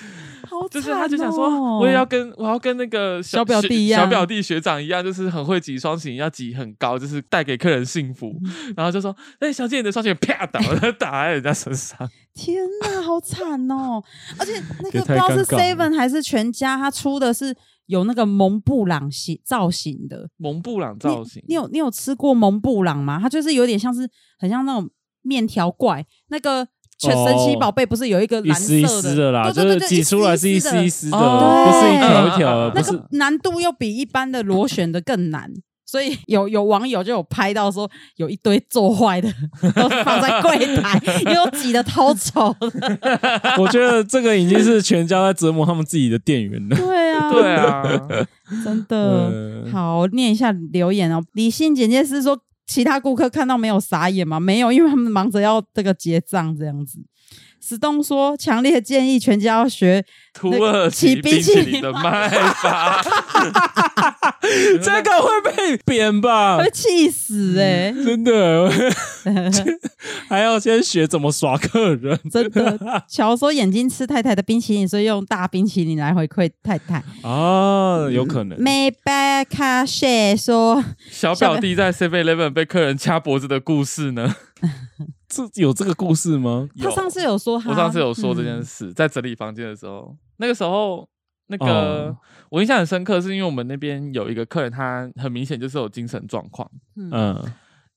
S2: 好惨哦、哦
S3: 就是他就想说，我也要跟我要跟那个
S2: 小表
S3: 学
S2: 弟一
S3: 小
S2: 样
S3: 表弟学长一样，就是很会挤双型，要挤很高，就是带给客人幸福。
S2: 嗯
S3: 然后就说，哎、小姐，你的双型啪倒，然后打在人家身 上。
S2: 天哪，好惨哦！而且那
S1: 也
S2: 个不
S1: 太
S2: 知道
S1: 尴
S2: 是
S1: 尬了
S2: Seven 还是全家，他出的是有那个蒙布朗型造型的
S3: 蒙布朗
S2: 你
S3: 造型，
S2: 你有
S1: 嗯
S2: 你有吃过蒙布朗吗？它就是有点像是很像那种面条怪。那个全神奇宝贝不是有一个
S1: 哦一
S2: 蓝色
S1: 丝一丝的啦，
S2: 对
S1: 就
S2: 对
S1: 是
S2: 对对，
S1: 挤出来是一丝一
S2: 的啊
S1: 丝的，
S3: 哦
S1: 不是一条一
S3: 对
S1: 条的，
S2: 那
S1: 不是
S2: 个难度又比一般的螺旋的更难，所以有有网友就有拍到说，有一堆做坏的 都放在柜 台，又挤得超 丑的。
S1: 我觉得这个已经是全家在折磨他们自己的店员 了。
S2: 对啊，
S3: 对， 啊，
S2: 真的。
S1: 嗯
S2: 好，念一下留言哦。理性简介是说，其他顾客看到没有傻眼吗？没有，因为他们忙着要这个结账这样子。史东说，强烈建议全家要学
S3: 土耳其
S2: 骑
S3: 冰
S2: 冰
S3: 淇
S2: 淇
S3: 淋
S2: 淋
S3: 的卖法，
S1: 这个会被扁 吧
S2: 会？气死哎、
S1: 真的， 还要先学怎么耍客人。
S2: 真的。乔说眼睛吃太太的冰淇淋，所以用大冰淇淋来回馈太 太。
S1: 啊，有可能。
S2: 美白卡谢说，
S3: 小表弟在 Seven Eleven 被客人掐脖子的故事呢？
S1: 这有这个故事吗？
S2: 他上次有嗯说他，
S3: 我上次有说这件
S2: 嗯
S3: 事，在整理房间的时候，那个时候那个、
S1: 哦
S3: 我印象很深刻，是因为我们那边有一个客人，他很明显就是有精神状况。
S1: 嗯，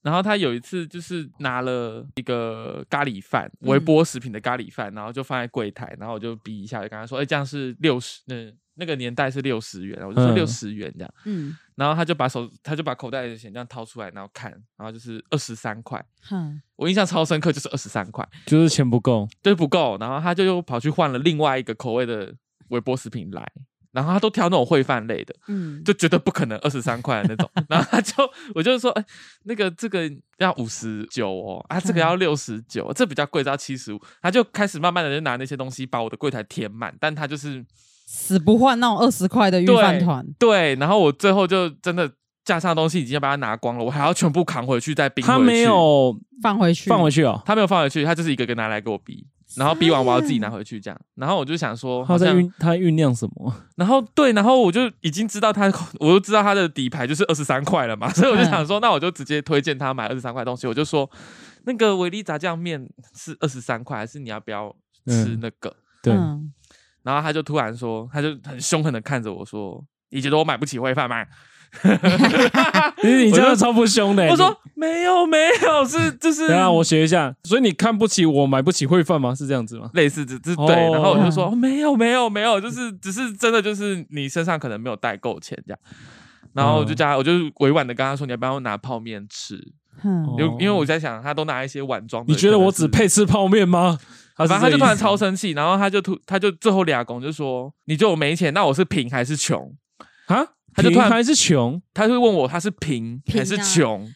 S3: 然后他有一次就是拿了一个咖喱饭，微波食品的咖喱饭，然后就放在柜台，然后我就比一下，就跟他说：“哎、这样是六十，嗯，那个年代是六十元。”啊我就说
S1: 嗯
S3: 六十元这样。
S2: 嗯
S3: 然后他就把手，他就把口袋里的钱这样掏出来，然后看，然后就是二十三块。
S2: 哼，
S3: 我印象超深刻，就是二十三块。
S1: 就是钱不够，
S3: 就是不够，然后他就又跑去换了另外一个口味的微波食品来，然后他都挑那种烩饭类的，
S2: 嗯，
S3: 就绝对不可能二十三块的 那种。然后他就我就说，哎、那个这个要五十九哦，
S1: 嗯
S3: 啊，这个要六十九，这比较贵，这要七十五。他就开始慢慢的就拿那些东西把我的柜台填满，但他就是
S2: 死不换那种二十块的预饭团。
S3: 对，然后我最后就真的。架上的东西已经要把它拿光了，我还要全部扛回去再冰回
S1: 他
S3: 去。
S1: 没，有
S2: 放回去，
S1: 放回去哦，
S3: 他没有放回去，他就是一个个拿来给我逼，然后逼完我要自己拿回去这样。然后我就想说，
S1: 他
S3: 好
S1: 在
S3: 像。
S1: 酝他在酝酿什么？
S3: 然后对，然后我就已经知道他，我就知道他的底牌就是二十三块了嘛，
S1: 嗯
S3: 所以我就想说，那我就直接推荐他买二十三块的东西。我就说，那个维力炸酱面是二十三块，还是你要不要吃
S1: 嗯
S3: 那个？
S1: 对，
S2: 嗯
S3: 然后他就突然说，他就很凶狠的看着我说：“你觉得我买不起烩饭吗
S1: 其哎实你真的超不凶的、？”
S3: 我说：“没有，没有，是就是
S1: 你，等一下我学一下。所以你看不起我，买不起烩饭吗？是这样子吗？
S3: 类似这这
S1: 哦
S3: 对。”然后我就说：“没有，没有，没有，就是只是真的就是你身上可能没有带够钱这样。”然后我
S1: 嗯
S3: 就叫他，我就委婉的跟他说：“你要不要拿泡面吃？”
S2: 哼，
S3: 就
S1: 哦
S3: 因为我在想，他都拿一些碗装的，
S1: 你觉得我只
S3: 可能是？
S1: 配吃泡面吗？反
S3: 反正他就突然超生气，然后他就突他就最后俩公就说：“你觉得我没钱，那我是贫还是穷
S1: 啊，
S3: 他就突然
S1: 贫还是穷？”
S3: 他就问我他是贫
S2: 贫啊
S3: 还是穷，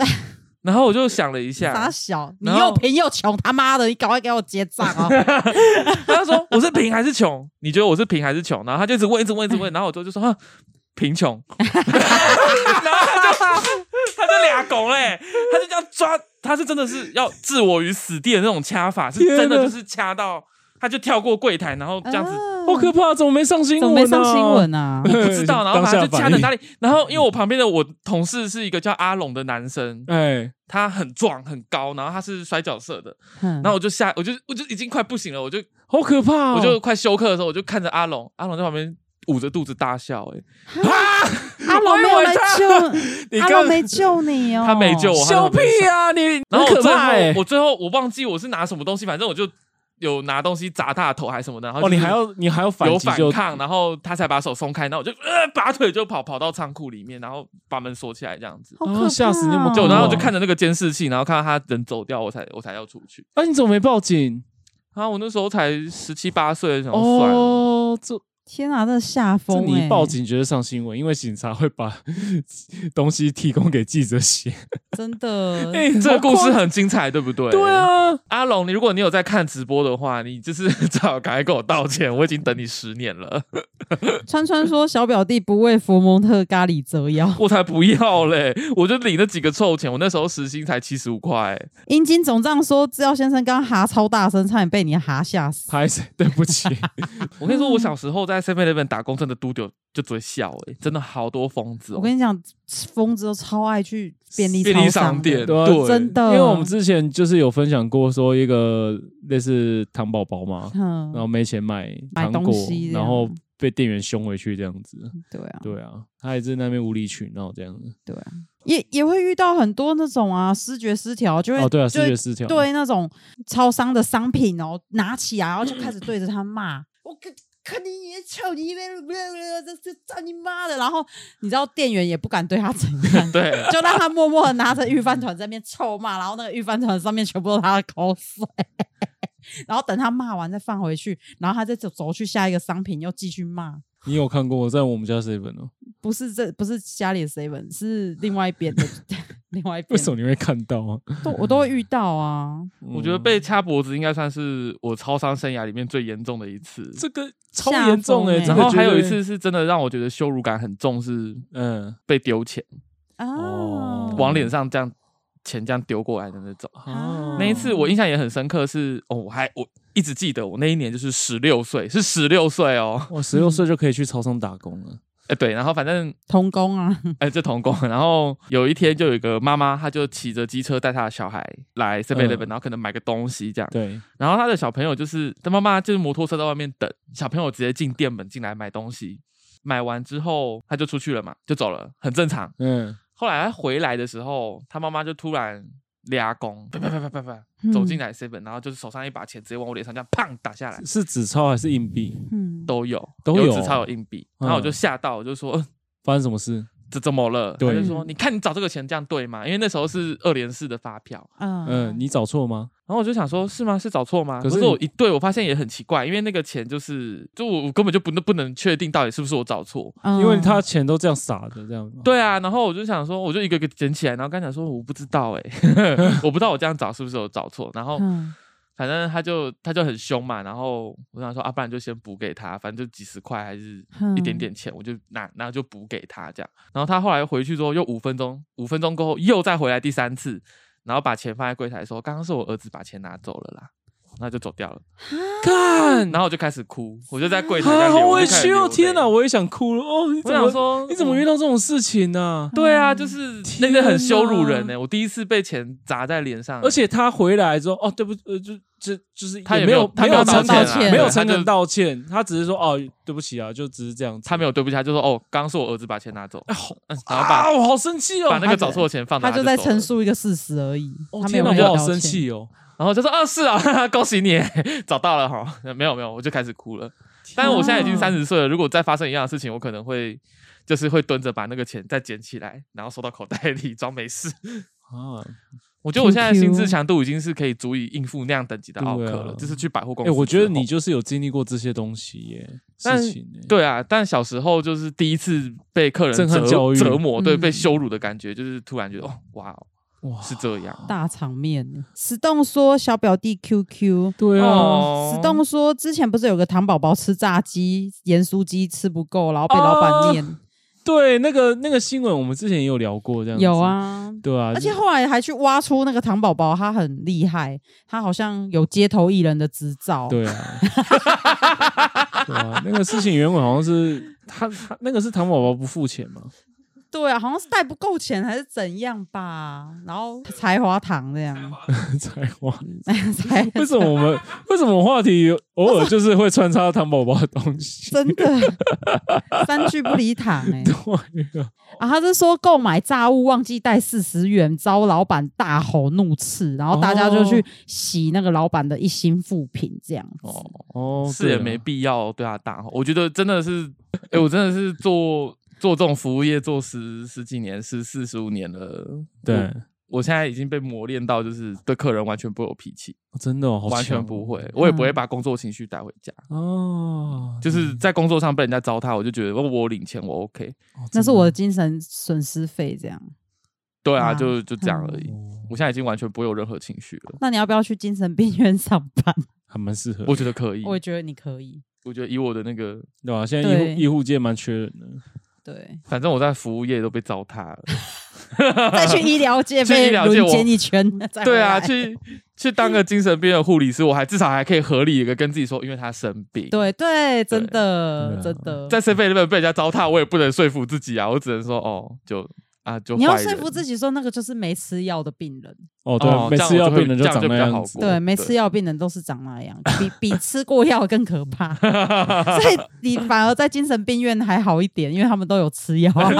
S3: 然后我就想了一
S2: 傻
S3: 下，
S2: 小，你
S3: 然后
S2: 又贫又穷，他妈的，你赶快给我结账哦！
S3: 他说我是贫还是穷？你觉得我是贫还是穷？然后他就一直问，一直问，一直问，然后我就就说啊贫穷， 然后他就他就俩拱嘞，他就这样抓，他是真的是要置我于死地的那种掐法，是
S1: 天
S3: 真的
S1: 哪
S3: 就是掐到。他就跳过柜台，然 后这样子
S2: 啊
S1: 好可怕，怎么没上新
S2: 怎
S1: 闻、
S2: 么
S1: 啊？
S2: 没上新闻啊？
S1: 对
S3: 不 知道，然后
S1: 当
S3: 反正
S1: 下
S3: 就掐
S1: 反
S3: 在
S1: 应。
S3: 哪里。然后因为我旁边的我同事是一个叫阿龙的男生，
S1: 哎，
S3: 他很壮很高，然后他是摔角社的。
S2: 哼
S3: 然后我就下，我就我就已经快不行了，我就
S1: 好可怕、哦！
S3: 我就快休克的时候，我就看着阿龙，阿龙在旁边捂着肚子大笑、欸，
S2: 阿龙没有来 救，
S1: 你
S2: 阿
S1: 刚
S2: 龙没救你哦，
S3: 他没救我
S1: 笑屁啊你！
S3: 然后
S1: 很
S3: 我
S1: 可
S3: 最后、
S1: 怕哎、
S3: 我最后我忘记我是拿什么东西，反正我就有拿东西砸他的头还是什么的。然后
S1: 哦，
S3: 就是
S1: 你还要你还要反
S3: 有
S1: 击
S3: 反
S1: 就
S3: 抗，然后他才把手松开，然后我就呃拔腿就跑，跑到仓库里面，然后把门锁起来这样子。
S2: 好可怕
S1: 啊
S2: 哦，
S1: 吓死你有没有
S3: 就
S1: 救
S3: 然后我
S1: 哦
S3: 就看着那个监视器，然后看到他人走掉，我才我才要出去。
S1: 啊，你怎么没报警？
S3: 啊，我那时候才十七八岁，想说算了。
S1: 哦，这
S2: 天啊，这吓
S1: 这
S2: 疯、欸！
S1: 你一报警绝对上新闻，因为警察会把 东西提供给记者 写。
S2: 真 的，
S1: 哎、
S3: 这个故事
S1: 好夸
S3: 很精彩，对不对？
S1: 对，啊，
S3: 阿龙，你如果你有在看直播的话，你就是 最好赶快跟我道歉，我已经等你十年了，
S2: 川川说小表弟不为佛蒙特咖喱折腰。
S3: 我才不要嘞！我就领那几个臭钱，我那时候时薪才七十五块，
S2: 阴茎总账说制药先生刚刚哈超大声，差点被你哈吓死。
S1: 拍谁？对不 起，
S3: 我跟你说，我小时候在 Seven Eleven 打工，真的嘟丢就嘴笑哎、真的好多疯子
S2: 我
S3: 哦！
S2: 跟你讲，疯子都超爱去便利
S3: 便利
S2: 超
S3: 商
S2: 商
S3: 店，
S2: 的
S1: 对啊
S2: 真的，
S1: 因为我们之前就是有分享过，说一个类似糖宝宝嘛，然
S3: 哦
S1: 后
S2: 嗯，
S1: 没钱买
S2: 买
S1: 糖
S2: 东
S1: 果
S2: 西，这
S1: 然
S2: 样
S1: 后被店员凶回去这样子。
S2: 对啊，
S1: 对啊，他也在那边无理取闹这样子。
S2: 对啊，也也会遇到很多那种啊视觉失调，就会
S1: 哦，对啊，视
S2: 就会
S1: 觉失调。
S2: 对那种超商的商品哦，拿起来然后就开始对着他骂，我看看你也臭你 妹，这这操你妈的！然后你知道店员也不敢对他怎 样，
S3: 对，
S2: 就让他默默的拿着御饭团在那边臭骂，然后那个御饭团上面全部都是他的口水。 然后等他骂完再放回去，然后他再走走去下一个商品又继续骂，
S1: 你有看过在我们家 seven 哦？
S2: 不是这不是家里的 seven，是另外一边的 另外一边的。
S1: 为什么你会看到啊？
S2: 都我都会遇到啊，
S3: 我觉得
S1: 嗯
S3: 被掐脖子应该算是我超商生涯里面最严重的一次。
S1: 这个超严重哎、这
S2: 吓疯欸
S3: 然
S1: 个
S3: 后还有一
S1: 绝对
S3: 次，是真的让我觉得羞辱感很重，是
S1: 嗯，
S3: 被丢钱，
S2: 啊，
S1: 哦
S3: 往脸上这样钱这样丢过来的那种。
S1: 哦
S2: 啊
S3: 那一次我印象也很深刻是，哦，我还我一直记得，我那一年就是十六岁，是十六 岁哦。
S1: 我十六岁就可以去超商打工了，
S3: 哎，对，然后反正
S2: 童工啊，
S3: 哎，这童工。然后有一天就有一个妈妈，她就骑着机车带她的小孩来 Seven Eleven，、
S1: 嗯
S3: 然后可能买个东西这样。
S1: 对，
S3: 然后她的小朋友就是，她妈妈就是摩托车在外面等，小朋友直接进店门进来买东西，买完之后她就出去了嘛，就走了，很正常。
S1: 嗯，
S3: 后来她回来的时候，她妈妈就突然俩拱，啪啪啪啪啪啪
S2: 嗯
S3: 走进来 Seven，、然后就是手上一把钱直接往我脸上这样砰打下来，
S1: 是纸钞还是硬币？
S2: 嗯，
S3: 都有
S1: 都
S3: 有
S1: 有
S3: 纸钞有硬币，然后我就
S1: 嗯
S3: 吓到，我就说。呃
S1: 发生什么事？
S3: 这怎么了？他
S1: 对
S3: 就说：“你看你找这个钱这样对吗？因为那时候是二连四的发票。
S2: 嗯
S3: 啊
S1: 嗯，你找错吗？”
S3: 然后我就想说：“是吗？是找错吗？”
S1: 可
S3: 可
S1: 是
S3: 是
S1: 你
S3: 我一对，我发现也很奇怪，因为那个钱就是，就我我根本就不能不能确定到底是不是我找错。
S1: 因为他钱都这样撒的，这样吗，
S3: 嗯对啊，然后我就想说，我就一个一个捡起来，然后跟他讲说：“我不知道、欸， 我不知道我这样找是不是有找错。”然后
S2: 嗯
S3: 反正他就他就很凶嘛，然后我想说：“啊，不然就先补给他，反正就几十块还是
S2: 嗯
S3: 一
S1: 嗯
S3: 点点钱，我就拿拿就补给他这样。然后他后来回去之后又五分钟，五分钟过后又再回来第三次，然后把钱放在柜台说：“刚刚是我儿子把钱拿走了啦。”那就走掉了，
S1: 干
S3: 然后我就开始哭，我就在柜台
S1: 嗯
S3: 这
S1: 啊，
S3: 样流
S1: 好
S3: 我
S1: 委
S3: 就开始
S1: 屈哦！
S3: 流泪
S1: 天哪，我也想哭了哦！你
S3: 我
S1: 怎
S3: 想
S1: 么
S3: 说
S1: 你怎么遇
S3: 到？
S1: 到这种事情呢、
S3: 对啊，就是那
S1: 天
S3: 个很羞辱人呢、欸
S1: 哪
S3: 我第一次被钱砸在脸上欸，
S1: 而且他回来之后，哦，对不，呃，就就就是
S3: 他也
S1: 没
S3: 没有
S1: 有
S3: 他
S1: 没
S2: 没有
S1: 有诚
S2: 道
S1: 恳
S2: 歉啊
S1: 没有
S3: 对他
S1: 诚
S3: 就
S1: 恳道歉，他只是说哦，对不起啊，就只是这样子。
S3: 他没有对不起，他就说：“哦，刚刚是我儿子把钱拿走，
S1: 哎，好
S3: 嗯然后把
S1: 啊，我好生气哦！
S3: 把那个找错的钱放
S2: 他
S3: 在
S2: 就
S3: 就
S2: 在
S3: 走了
S2: 陈述一个事实而已，
S1: 哦
S2: 他没
S1: 天
S2: 有
S1: 哪，
S2: 跟你
S1: 我好
S2: 道
S1: 生
S2: 歉，
S1: 气哦！
S3: 然后就说：“哦， 是啊，哈哈恭喜你找到了哈。” 没有没有，我就开始哭了。但是我现在已经
S2: 啊
S3: 三十岁了，如果再发生一样的事情，我可能会就是会蹲着把那个钱再捡起来，然后收到口袋里装没事。
S1: 啊，
S3: 我觉得我现在心
S2: Q
S3: 智
S2: Q
S3: 强度已经是可以足以应付那样等级的奥克了，
S1: 对啊
S3: 就是去百货公
S1: 哎、
S3: 司之后。
S1: 我觉得你就是有经历过这些东西耶，
S3: 但
S1: 事情耶，
S3: 对啊，但小时候就是第一次被客人
S1: 震撼
S3: 折
S1: 教育
S3: 折磨，对，
S2: 嗯
S3: 被羞辱的感觉，就是突然觉得哦，哇哦，
S1: 哇，
S3: 是这样。
S2: 大场面。石栋说小表弟 QQ。
S1: 对啊，
S3: 哦
S2: 石栋说：“之前不是有个糖宝宝吃炸鸡、盐酥鸡吃不够，然后被老板
S3: 哦
S2: 念。
S1: 对，那个那个新闻我们之前也有聊过，这样子
S2: 有，啊，
S1: 对啊，
S2: 而且
S1: 就
S2: 后来还去挖出那个糖宝宝，他很厉害，他好像有街头艺人的执照。
S1: 对啊，对啊，那个事情原本好像是他他那个是糖宝宝不付钱 嘛，
S2: 对啊，好像是带不够钱还是怎样吧，然后才华堂这样，
S1: 才 华。
S2: 才
S1: 为什么我们为什么话题偶尔就是会穿插糖宝宝的东西？
S2: 真的三句不离堂哎、
S1: 对 啊，
S2: 啊！他是说购买炸物忘记带四十元，遭老板大吼怒斥，然后大家就去洗那个老板的一星负评这样子。
S3: 哦，
S1: 哦，
S3: 是也
S1: 对啊
S3: 没必要对他大吼。我觉得真的是，哎、我真的是做做这种服务业做十十几年，十四十五年了。
S1: 对啊哦
S3: 我，我现在已经被磨练到，就是对客人完全不会有脾气，
S1: 哦真的、哦、好
S3: 完全
S1: 强
S3: 不会，我也不
S2: 嗯
S3: 会把工作情绪带回家。
S1: 哦，
S3: 就是在工作上被人家糟蹋，我就觉得哦我我领钱我 OK，
S1: 哦
S2: 那
S1: 真
S2: 是我的精神损失费这样。
S3: 对啊，
S2: 啊
S3: 就就这样而已。
S1: 哦
S3: 我现在已经完全不会有任何情绪了，
S2: 那你要不要去精神病院上 班？
S1: 还蛮适合的，
S3: 我觉得可以。
S2: 我
S3: 我
S2: 也觉得你可以。
S3: 觉得以我的那个，
S1: 对吧、现在医
S2: 对
S1: 护医护界蛮缺人的，
S2: 对，
S3: 反正我在服务业都被糟蹋 了。
S2: 再去医疗界
S3: 去
S2: 被
S3: 医疗界
S2: 轮
S3: 我
S2: 奸一圈，再回
S3: 对啊，
S2: 来
S3: 去去当个精神病的护理师，我还至少还可以合理一个跟自己说，因为他生病。
S2: 对对，真的
S1: 对
S2: 真
S1: 啊
S2: 的。
S3: 在身份里面被人家糟蹋，我也不能说服自己啊，我只能说哦，就啊就
S2: 你要
S3: 坏
S2: 说
S3: 人
S2: 服自己说那个就是没吃药的病人，
S1: 哦，对啊、
S3: 哦
S1: 每
S3: 这样
S1: 次
S3: 我
S1: 要
S3: 就会
S1: 病人
S3: 这样
S1: 长
S3: 就
S1: 那
S3: 比较
S1: 样
S3: 好
S1: 子，
S3: 过
S2: 对，没吃药病人都是长那样，比比吃过药更可 怕。所以你反而在精神病院还好一点，因为他们都有吃药，啊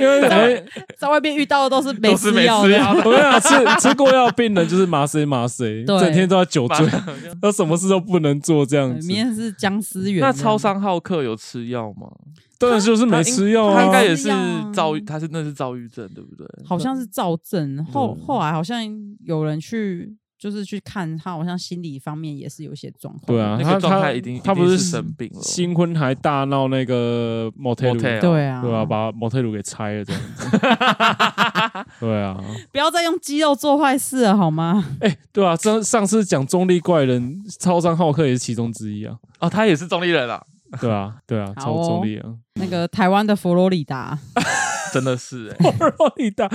S1: 因为没
S2: 在外面遇到的都是没
S3: 都是
S2: 吃
S3: 没
S2: 药
S3: 吃
S2: 的。
S3: 药
S1: 我跟你讲，吃 吃过药病人就是麻谁麻谁，
S2: 对
S1: 整天都在酒醉，
S3: 的。
S1: 他什么事都不能做这样
S2: 对
S1: 子。
S2: 明天是僵尸园，
S3: 那超商浩克有吃药 吗？
S1: 当然就是没吃药
S3: 他应该
S1: 啊，
S3: 也是
S2: 吃药
S3: 躁郁，他是那是躁郁症，对不对？
S2: 好像是躁症。后
S1: 嗯
S2: 后来好像有人去，就是去看他，好像心理方面也是有一些状况。
S1: 对啊，
S3: 那
S1: 他
S3: 个状态
S1: 他
S3: 一定
S1: 他
S3: 一定
S1: 不
S3: 是生病了
S1: 新婚还大闹那个 motel，
S3: Motel
S1: 对
S2: 对啊，
S1: 啊，把 motel 给拆了这样 子，对啊，
S2: 不要再用肌肉做坏事了好吗？
S1: 哎，对啊，上上次讲中立怪人，超商浩克也是其中之一啊，
S3: 哦，他也是中立人啊，
S1: 对啊，对啊，
S2: 好
S1: 超
S2: 哦
S1: 中立啊，
S2: 那个台湾的佛罗里达，
S3: 真的是哎。
S1: 佛罗里达，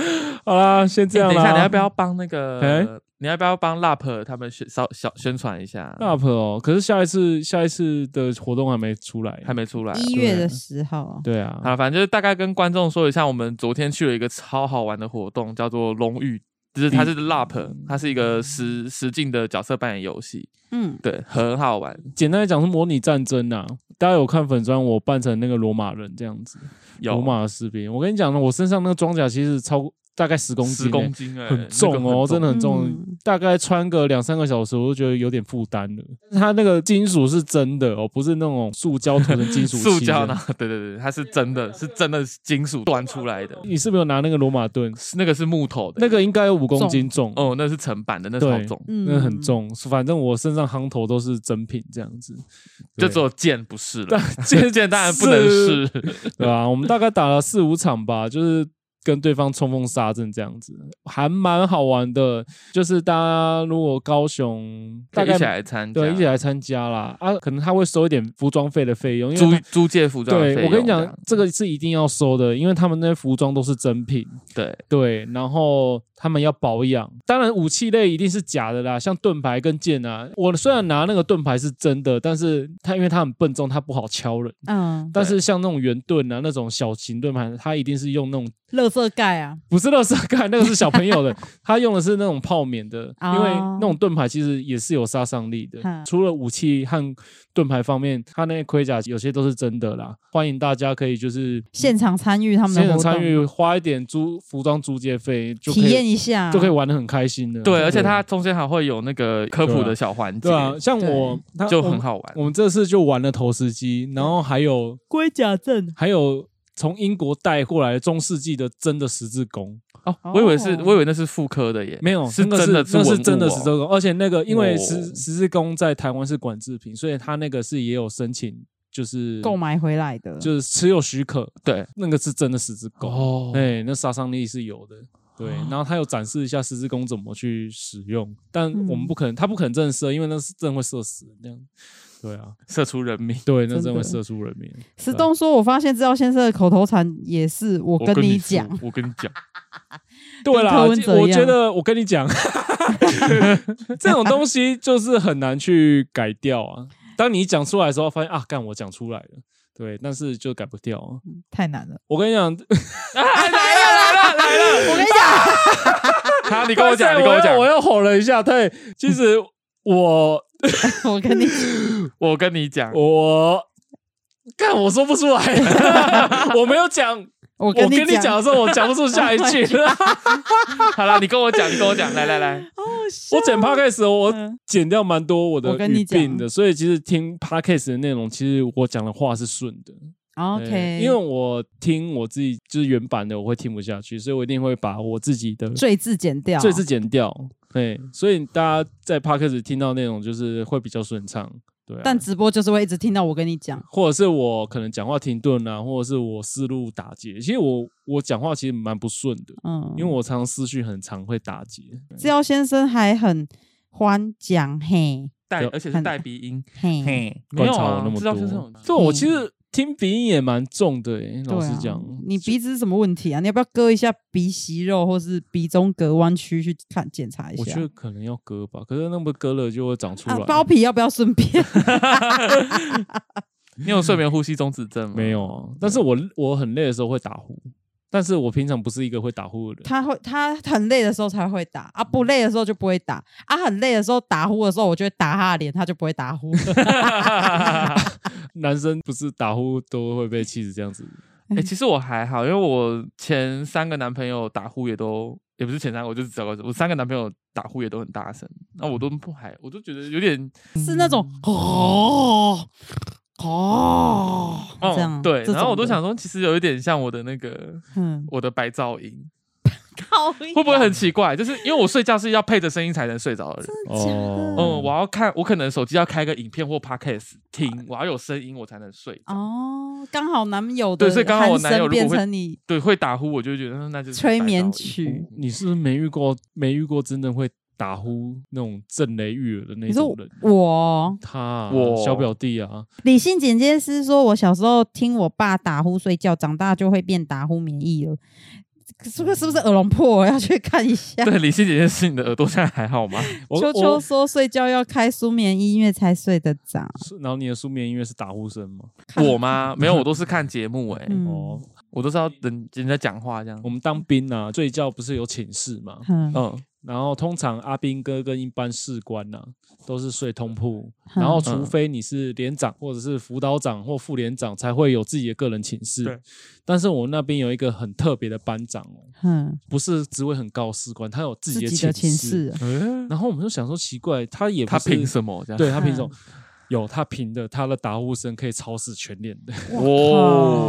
S1: 好啦，先 这
S3: 等
S1: 样
S3: 一
S1: 啦，
S3: 下，你要不要帮那
S1: 哎
S3: 个？你要不要帮 LAP 他们宣稍小宣传一下？
S1: up 哦？可是下一次下一次的活动还没出来，
S3: 还没出来。
S2: 一月的时候，
S1: 啊对啊，
S3: 啊，反正就是大概跟观众说一下，我们昨天去了一个超好玩的活动，叫做《龙与》，就是它
S1: 嗯
S3: 是 LAP，它是一个实实境的角色扮演游戏，
S2: 嗯，
S3: 对，很好玩。
S1: 简单来讲是模拟战争呐、大家有看粉砖，我扮成那个罗马人这样子，
S3: 有
S1: 罗马的士兵。我跟你讲呢，我身上那个装甲其实超过大概十公斤、欸
S3: 十公，斤哎、
S1: 很重
S3: 那个
S1: 哦，真的很重。
S2: 嗯
S1: 大概穿个两三个小时，我就觉得有点负担了。它那个金属是真的哦，不是那种塑胶涂成金属
S3: 塑
S1: 漆
S3: 胶
S1: 的
S3: 呢？ 对对对，它是真的是真的金属端出来的，
S1: 你是不是有拿那个罗马盾？
S3: 是那个是木头的，
S1: 那个应该有五公斤重，
S3: 哦，那是层板的，那
S1: 对
S3: 超重，
S2: 嗯
S1: 那很，重。反正我身上夯头都是真品这样子，
S3: 就
S1: 对
S3: 只有剑不是了，
S1: 剑
S3: 剑 当然不能
S1: 是
S3: 是，
S1: 对吧、我们大概打了四五场吧，就是跟对方冲锋杀阵这样子，还蛮好玩的。就是大家如果高雄大
S3: 可以一起
S1: 概
S3: 来参加，
S1: 对一起来参加啦，啊，可能他会收一点服装费的费用，因为
S3: 租
S1: 他。
S3: 租借服装的
S1: 对，
S3: 费用的，
S1: 我跟你讲，这个是一定要收的，因为他们那些服装都是真品，
S3: 对
S1: 对，然后他们要保养。当然，武器类一定是假的啦，像盾牌跟剑啊。我虽然拿那个盾牌是真的，但是它因为它很笨重，它不好敲人。
S2: 嗯，
S1: 但
S3: 对
S1: 是像那种圆盾啊，那种小型盾牌，它一定是用那种
S2: 乐色盖啊，
S1: 不是乐色盖，那个是小朋友 的，他用的是那种泡棉的，因为
S2: 哦
S1: 那种盾牌其实也是有杀伤力的
S2: 哈。
S1: 除了武器和盾牌方面，它那些盔甲有些都是真的啦。欢迎大家可以就是
S2: 现场参与他们
S1: 现
S2: 的
S1: 场
S2: 活
S1: 参
S2: 动，
S1: 与，花一点租服装租借费就可
S2: 体验
S1: 以
S2: 一下，啊
S1: 就可以玩的很开心的。
S3: 对，而且它中间还会有那个科普的小环节
S1: 对，啊，像我他
S3: 就
S1: 我们哦
S3: 很好玩。
S1: 我们这次就玩了投石机，然后还有
S2: 龟甲阵，
S1: 还有从英国带过来中世纪的真的十字弓，
S3: 哦，我以为是
S2: 哦
S3: 我以为那是妇科的耶，
S1: 没有，
S3: 是
S1: 那个
S3: 真的
S1: 那
S3: 文
S1: 是
S3: 物
S1: 真的
S3: 哦
S1: 十字弓，而且那个因为
S3: 哦
S1: 十十字弓在台湾是管制品，所以他那个是也有申请，就是
S2: 购，买回来的，
S1: 就是持有许可，
S3: 对
S1: 那个是真的十字弓，
S3: 哦啊
S1: 哎，那杀伤力是有的。对，然后他有展示一下十字弓怎么去使用，但我们
S2: 嗯
S1: 不可能，他不可能真的射，因为那是真的会射死人这样。对啊，
S3: 射出人命。
S1: 对，那
S2: 真
S1: 真的会
S2: 的
S1: 射出人命。啊
S2: 石东说：“我发现知道先生的口头禅也是，我
S3: 我
S2: 跟
S3: 你说
S2: 讲，
S3: 我跟你讲，
S1: 对啦，
S2: 柯文哲
S1: 我
S2: 一
S1: 觉
S2: 样
S1: 得我跟你讲， 这种东西就是很难去改掉啊。当你讲出来的时候，发现啊，干我讲出来了，对，但是就改不掉、啊。
S2: 太难了。
S1: 我跟你讲，
S2: 我跟你讲，
S3: 他你跟我讲，
S1: 刚才
S3: 你跟我
S1: 又
S3: 讲，
S1: 我又吼了一下。对，其实 我
S2: 我跟你讲，
S3: 我跟你讲，
S1: 我干我说不出 来，我没有讲。
S2: 我
S1: 我跟
S2: 跟
S1: 你讲
S2: 讲，哦
S1: 的时候，我讲不出下一 句。
S3: 好了，你跟我讲，你跟我讲，来来来，
S1: 我剪 podcast 我
S2: 嗯
S1: 剪掉蛮多我的
S2: 我跟
S1: 语
S2: 你
S1: 病
S2: 讲
S1: 的，所以其实听 podcast 的内容，其实我讲的话是顺的，对
S2: OK，
S1: 因为我听我自己就是原版的，我会听不下去，所以我一定会把我自己的
S2: 赘字剪掉，啊
S1: 最字剪掉。对，所以大家在 podcast 听到内容就是会比较顺畅。对啊、
S2: 但直播就是会一直听到我跟你讲，
S1: 或者是我可能讲话停顿啊，或者是我思路打结。其实我我讲话其实蛮不顺的，
S2: 嗯，
S1: 因为我常思绪很常会打结。
S2: 制药先生还很欢讲嘿
S3: 带
S1: 就
S3: 而且是
S2: 很
S3: 带鼻音，
S2: 嘿，
S3: 没
S1: 观
S3: 有
S1: 察我
S3: 啊
S1: 那么，
S3: 知道
S1: 多
S3: 先生有
S1: 这我其实听鼻音也蛮重的、欸，
S2: 嗯对
S1: 老实
S2: 啊
S1: 讲，，
S2: 你鼻子是什么问题啊？你要不要割一下鼻息肉，或是鼻中隔弯曲去看检查一
S1: 我觉
S2: 下？
S1: 得可能要割吧，可是那么割了就会长出来。
S2: 啊，包皮要不要顺便？
S3: 你有睡眠呼吸中止症吗？
S1: 没有啊，但是我我很累的时候会打呼，但是我平常不是一个会打呼的 人。
S2: 他会，他很累的时候才会打啊，不累的时候就不会打啊。很累的时候打呼的时候，我就会打他的脸，他就不会打 呼。
S1: 男生不是打呼都会被气死这样子，
S3: 哎、其实我还好，因为我前三个男朋友打呼也都，也不是前三个，我就只有我三个男朋友打呼也都很大声，那我都不还，我都觉得有点
S2: 是那种
S3: 嗯
S2: 哦哦
S3: 哦
S2: 这样
S3: 对，
S2: 这
S3: 然后我
S2: 种
S3: 都
S2: 的
S3: 想说，其实有一点像我的那个
S2: 嗯，
S3: 我的白噪音，
S2: 靠，
S3: 会
S2: 会
S3: 不会很奇怪？就是因为我睡觉是要配着声音才能睡着的人。
S2: 假的？
S1: 哦
S3: 嗯，我要看，我可能手机要开个影片或 podcast 听，我要有声音我才能睡。
S2: 哦，刚好男友的
S3: 对所以刚好我
S2: 鼾
S3: 男友
S2: 声
S3: 如果
S2: 变
S3: 会
S2: 成你
S3: 对，会打呼，我就觉得嗯那就是
S2: 催
S3: 白
S2: 眠
S3: 噪音
S2: 曲。
S1: 你是不是没遇过没遇过真的会打呼那种震雷育耳的那
S2: 你说
S1: 种人？
S2: 我
S1: 他啊、
S3: 我
S1: 小表弟啊，
S2: 理性剪接师说，我小时候听我爸打呼睡觉，长大就会变打呼免疫了。是不是是不是耳聋破？我要去看一下。
S3: 对，李欣姐姐是你的耳朵现在还好吗？
S1: 我
S2: 秋秋说睡觉要开舒眠音乐才睡得着。
S1: 我，然后你的书面音乐是打呼声吗？
S3: 我吗？没有，我都是看节目哎、
S2: 嗯
S1: 哦，
S3: 我都是要等人家讲话这样
S1: 我。们当兵啊，睡觉不是有寝室 嘛，
S2: 嗯，
S3: 嗯，
S1: 然后通常阿兵哥跟一般士官呐、都是睡通铺，
S2: 嗯
S1: 然后除非你是连长或者是辅导长或副连长，才会有自己的个人寝
S3: 对
S1: 室。但是我那边有一个很特别的班长哦，
S2: 嗯，
S1: 不是职位很高的士官，他有自
S2: 自
S1: 己的
S2: 己的
S1: 寝
S2: 寝室，
S1: 然后我们就想说奇怪，他也
S3: 嗯他凭
S1: 么？
S3: 什么这样？
S1: 对他凭什么？
S2: 嗯
S1: 有他凭的，他的打呼声可以超死全脸的，
S3: 哦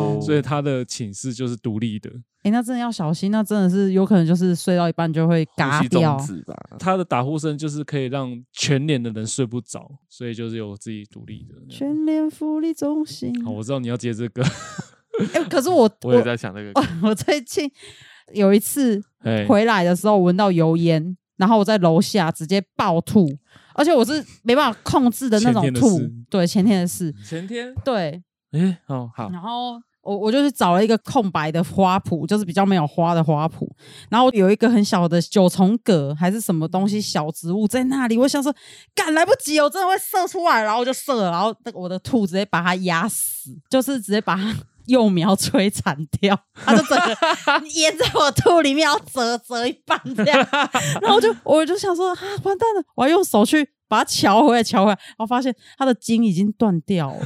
S2: 哇靠
S1: 所以他的寝室就是独立的。
S2: 哎、那真的要小心，那真的是有可能就是睡到一半就会
S3: 呼
S2: 嘎
S3: 吸
S2: 掉
S3: 终。止吧。
S1: 他的打呼声就是可以让全脸的人睡不着，所以就是有自己独立的。
S2: 全联福利中心。
S1: 好，我知道你要接这个。
S2: 哎、可是我
S3: 我也在想这个，
S2: 我我最近有一次
S1: 哎，
S2: 回来的时候闻到油烟，然后我在楼下直接暴吐，而且我是没办法控制的那种
S1: 前天的
S2: 吐
S1: 事。
S2: 对，前天的事，
S3: 前天
S2: 对。
S3: 哎哦好，
S2: 然后我我就去找了一个空白的花圃，就是比较没有花的花圃。然后有一个很小的九重葛还是什么东西小植物在那里，我想说，赶来不及，哦我真的会射出来，然后我就射了，然后那个我的兔直接把它压死， 就是直接把它。 幼苗摧残掉，它就整个 淹在我肚里面，要折折一半这样。然后我就我就想说啊，完蛋了，我要用手去把它撬回来，撬回来，然后发现它的筋已经断掉了。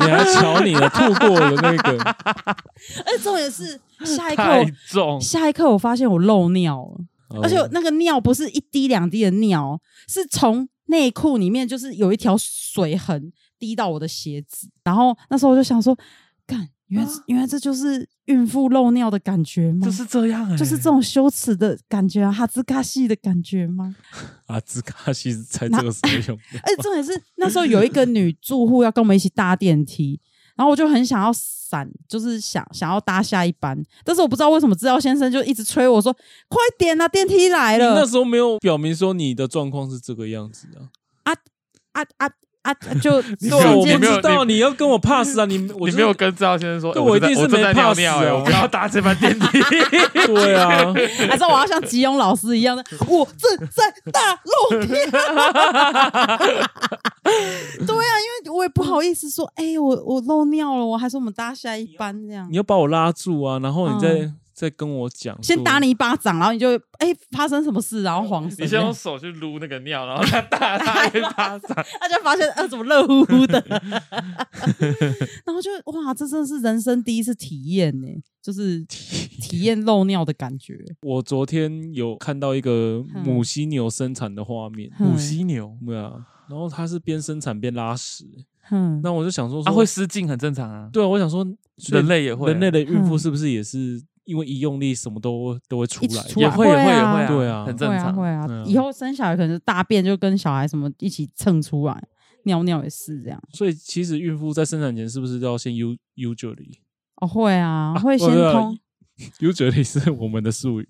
S1: 你还瞧你的吐过的那个，
S2: 而且重点是下一刻
S3: 嗯太
S2: 我，
S3: 重，
S2: 下一刻我发现我漏尿了， 而且我
S1: 哦
S2: 那个尿不是一滴两滴的尿，哦是从内裤里面就是有一条水痕滴到我的鞋子，然后那时候我就想说，干，原来原来这就是孕妇漏尿的感觉吗？
S3: 就是啊这样哎，
S2: 就是这种羞耻的感觉啊，哈兹卡西的感觉吗？
S1: 啊，兹卡西是在这个时 候用的。
S2: 而且重点是那时候有一个女住户要跟我们一起搭电梯，然后我就很想要闪，就是想想要搭下一班，但是我不知道为什么制药先生就一直催我说：“快点啊，电梯来
S1: 你那
S2: 了
S1: 时候没有表明说你的状况是这个样子啊？
S2: 啊啊啊！”就
S1: 对啊，
S3: 有
S1: 我不
S2: 瞬间
S3: 你没有
S1: 知道你要跟我 pass 啊，你我
S3: 你
S1: 就
S3: 没有跟赵先生说，
S1: 对
S3: 哎
S1: 我一
S3: 正
S1: 定是
S3: 在我正
S1: 没
S3: 在尿
S1: pass
S3: 尿哎，
S1: 啊
S3: 我不要搭这班电梯，
S1: 对啊，
S2: 还是我要像吉翁老师一样的，我正在大露 面。对啊，因为我也不好意思说，哎、我我漏尿了，我还是我们搭下一班这样
S1: 你。要把我拉住啊，然后你再、
S2: 嗯
S1: 再跟我讲，
S2: 先打你。一巴掌，然后你就哎、发生什么事，然后黄神这
S3: 你
S2: 样。
S3: 先用手去撸那个尿，然后他打他 一巴掌，
S2: 他就发现呃怎么热乎乎的， 然后就哇，这真的是人生第一次体验呢、就是体验漏尿的感 觉。
S1: 我昨天有看到一个母犀牛生产的画面，
S2: 嗯
S3: 犀牛
S1: 对啊，然后它是边生产边拉屎，
S2: 哼，
S1: 那我就想说
S3: 啊，
S1: 说，
S3: 会失禁很正常啊，
S1: 对啊，我想说，所以
S3: 人类也会啊，
S1: 人类的孕妇
S2: 嗯
S1: 是不是也是因为一用力什么都都会出
S2: 一起
S1: 来？
S2: 出
S3: 也
S2: 来
S3: 会也
S2: 会
S3: 会也会
S2: 啊
S3: 啊，
S1: 对啊
S3: 很正
S2: 会啊
S3: 常。
S2: 会啊，
S1: 嗯
S2: 以后生小孩可能是大便就跟小孩什么一起蹭出来，尿尿也是这样。
S1: 所以其实孕妇在生产前是不是都要先 u u 这里？
S2: 哦，会啊，
S1: 啊
S2: 会先通
S1: u 这里是我们的术 语，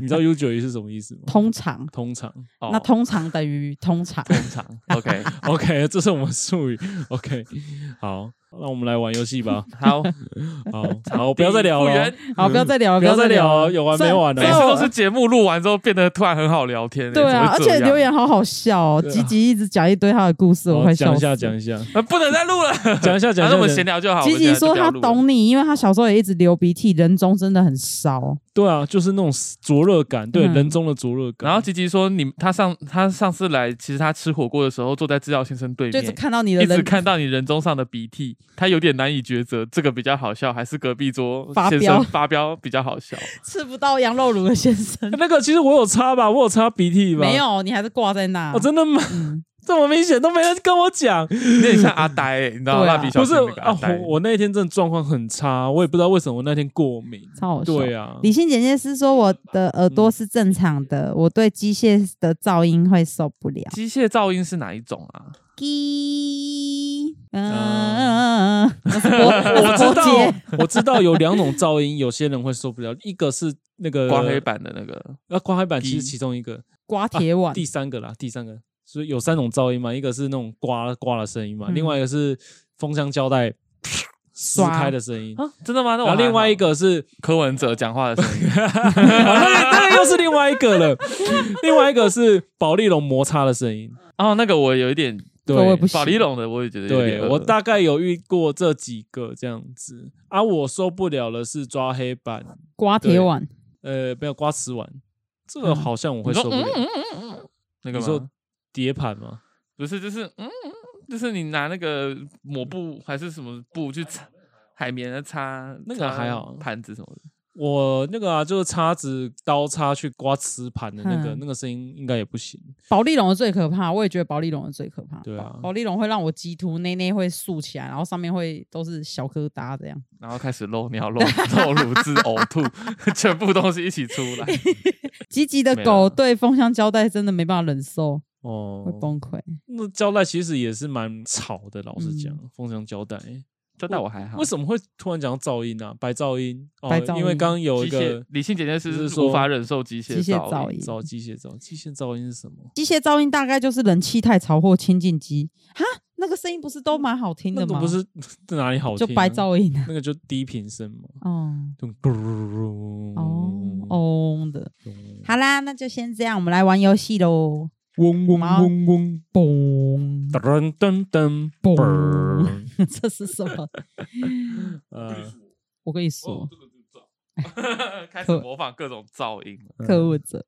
S1: 你知道 u 这里是什么意思吗？
S2: 通常，
S1: 通常
S3: 哦
S2: 那通常等于通 常。
S3: 正常，OK，
S1: ，OK，这是 我们术语，OK，好，那我们来玩游戏吧。
S3: 好，
S1: 好，好， 不要再聊
S3: 复
S1: 了
S3: 原
S1: 哦。
S2: 好，嗯不要再聊了，
S1: 不要
S2: 再
S1: 再聊
S2: 聊
S1: 了
S2: 了，
S1: 有完
S2: 虽然
S1: 没完啊
S3: 每
S2: 虽然
S3: 次
S2: 我
S3: 都是节目录完之后变得突然很好聊天欸，
S2: 对啊，而且
S3: 怎么会这样
S2: 留言好好笑哦，
S1: 对啊
S2: 吉吉一直讲一堆他的故事，我
S1: 好
S2: 快
S1: 讲
S2: 笑
S1: 一
S2: 死
S1: 下，
S2: 了。
S1: 讲一下，
S3: 呃不能再录了，
S1: 讲一下， 讲
S3: 反
S1: 一
S3: 正
S1: 下
S3: 我们
S1: 讲
S3: 闲聊就好。
S2: 吉
S3: 我们现
S2: 吉
S3: 在就
S2: 说
S3: 不要
S2: 他
S3: 录了，
S2: 懂你，因为他小时候也一直流鼻涕，人中真的很烧。
S1: 对啊，就是那种灼热感，对
S2: 嗯
S1: 人中的灼热感。
S3: 然后吉吉说你他上他上次来，其实他吃火锅的时候坐在制药先生对
S2: 就是
S3: 面。
S2: 看到你的
S3: 一直
S2: 人
S3: 看到你人中上的鼻涕，他有点难以抉择，这个比较好笑，还是隔壁桌
S2: 发
S3: 先
S2: 飙
S3: 生发飙比较好笑？
S2: 吃不到羊肉炉的 先生，
S1: 那个其实我有擦吧，我有擦鼻涕吧？
S2: 没有，你还是挂在
S3: 啊
S2: 那。
S1: 哦，真的吗？
S2: 嗯
S1: 这么明显都没人跟我讲，
S3: 那你像阿呆欸，你知道
S2: 对啊
S3: 蜡笔小
S1: 不
S3: 新
S1: 是
S3: 那个阿
S1: 啊？
S3: 呆
S1: 我，我那一天真的状况很差，我也不知道为什么我那天过敏。
S2: 超好笑。
S1: 对啊，
S2: 理性姐姐是说我的耳朵是正常的，我对机械的噪音会受不了。
S3: 机械噪音是哪一种啊？
S2: 滴，嗯
S1: 啊，
S2: 那是波，
S1: 我
S2: 那
S1: 知
S2: 是波
S1: 道
S2: 姐，，
S1: 我知道有两种噪音，有些人会受不了，一个是那个
S3: 刮黑，板的那个，
S1: 那刮黑板其实
S3: 滴
S1: 其中一个，
S2: 刮铁碗
S1: 第三个啦，第三个所以有三种噪音嘛，一个是那种刮刮的声音嘛，
S2: 嗯
S1: 另外一个是封箱胶带撕
S2: 刷
S1: 开的声音，
S3: 啊，真的吗？那
S1: 然
S3: 我
S1: 后另外一
S3: 个。
S1: 个是
S3: 柯文哲讲话的声音，
S1: 好那个那个又是另外一个了，另外一个是保利龙摩擦的声音。
S3: 哦，那个我有一点
S1: 对，
S2: 各位不行
S3: 法力龙的，我也觉得有点呃
S1: 对
S3: 恶
S1: 我大概有遇过这几个这样子啊，我受不了的是抓黑板，
S2: 刮铁碗，
S1: 呃，没有刮瓷碗，这
S2: 嗯
S1: 个好像我会
S3: 你说
S1: 受不了。
S3: 那
S1: 你
S3: 个吗
S1: 说？碟盘吗？
S3: 不是，就是嗯，就是你拿那个抹布还是什么布去擦海绵的擦，
S1: 那个
S3: 擦
S1: 还好
S3: 盘子什么的，
S1: 我那个啊，就是叉子、刀叉去刮瓷盘的那个，
S2: 嗯
S1: 那个声音应该也不行。
S2: 保利龙的最可怕，我也觉得保利龙的最可怕。
S1: 对啊
S2: 保利龙会让我鸡突内内会竖起来，然后上面会都是小疙瘩这样。
S3: 然后开始漏 尿、漏漏乳汁、呕吐，全部东西一起出来。
S2: 吉吉的
S3: 没
S2: 狗
S3: 了
S2: 对封箱胶带真的没办法忍受，会
S1: 哦，
S2: 崩溃。
S1: 那胶带其实也是蛮吵的，老实讲，
S2: 嗯
S1: 封箱胶带。
S3: 这倒我还好，
S1: 为什么会突然讲到噪音啊？白噪音哦，
S2: 白噪音
S1: 因为刚刚有一
S3: 机械
S1: 个
S3: 理性姐姐
S1: 就是是说
S3: 无法忍受机械
S2: 机械噪
S3: 噪
S2: 音
S1: 噪机械噪机械噪音是什么？
S2: 机械噪音大概就是冷气太吵或清净机。哈，那个声音不是都蛮好听
S1: 那
S2: 的
S1: 个
S2: 吗？
S1: 不是 这哪里好听、
S2: 就白，噪音啊。
S1: 那个就低频声嘛，
S2: 哦
S1: 就咕噜
S2: 哦哦的。
S1: 咚
S2: 好啦，那就先这样，我们来玩游戏喽。
S1: 嗡嗡
S2: 猫
S1: 嗡嗡，
S2: 嘣，
S1: 噔噔噔
S2: 嘣
S1: 嘣，
S2: 这是什么？
S1: 呃，
S2: 我跟你说，
S3: 开始模仿各种噪音了。
S2: 柯文哲，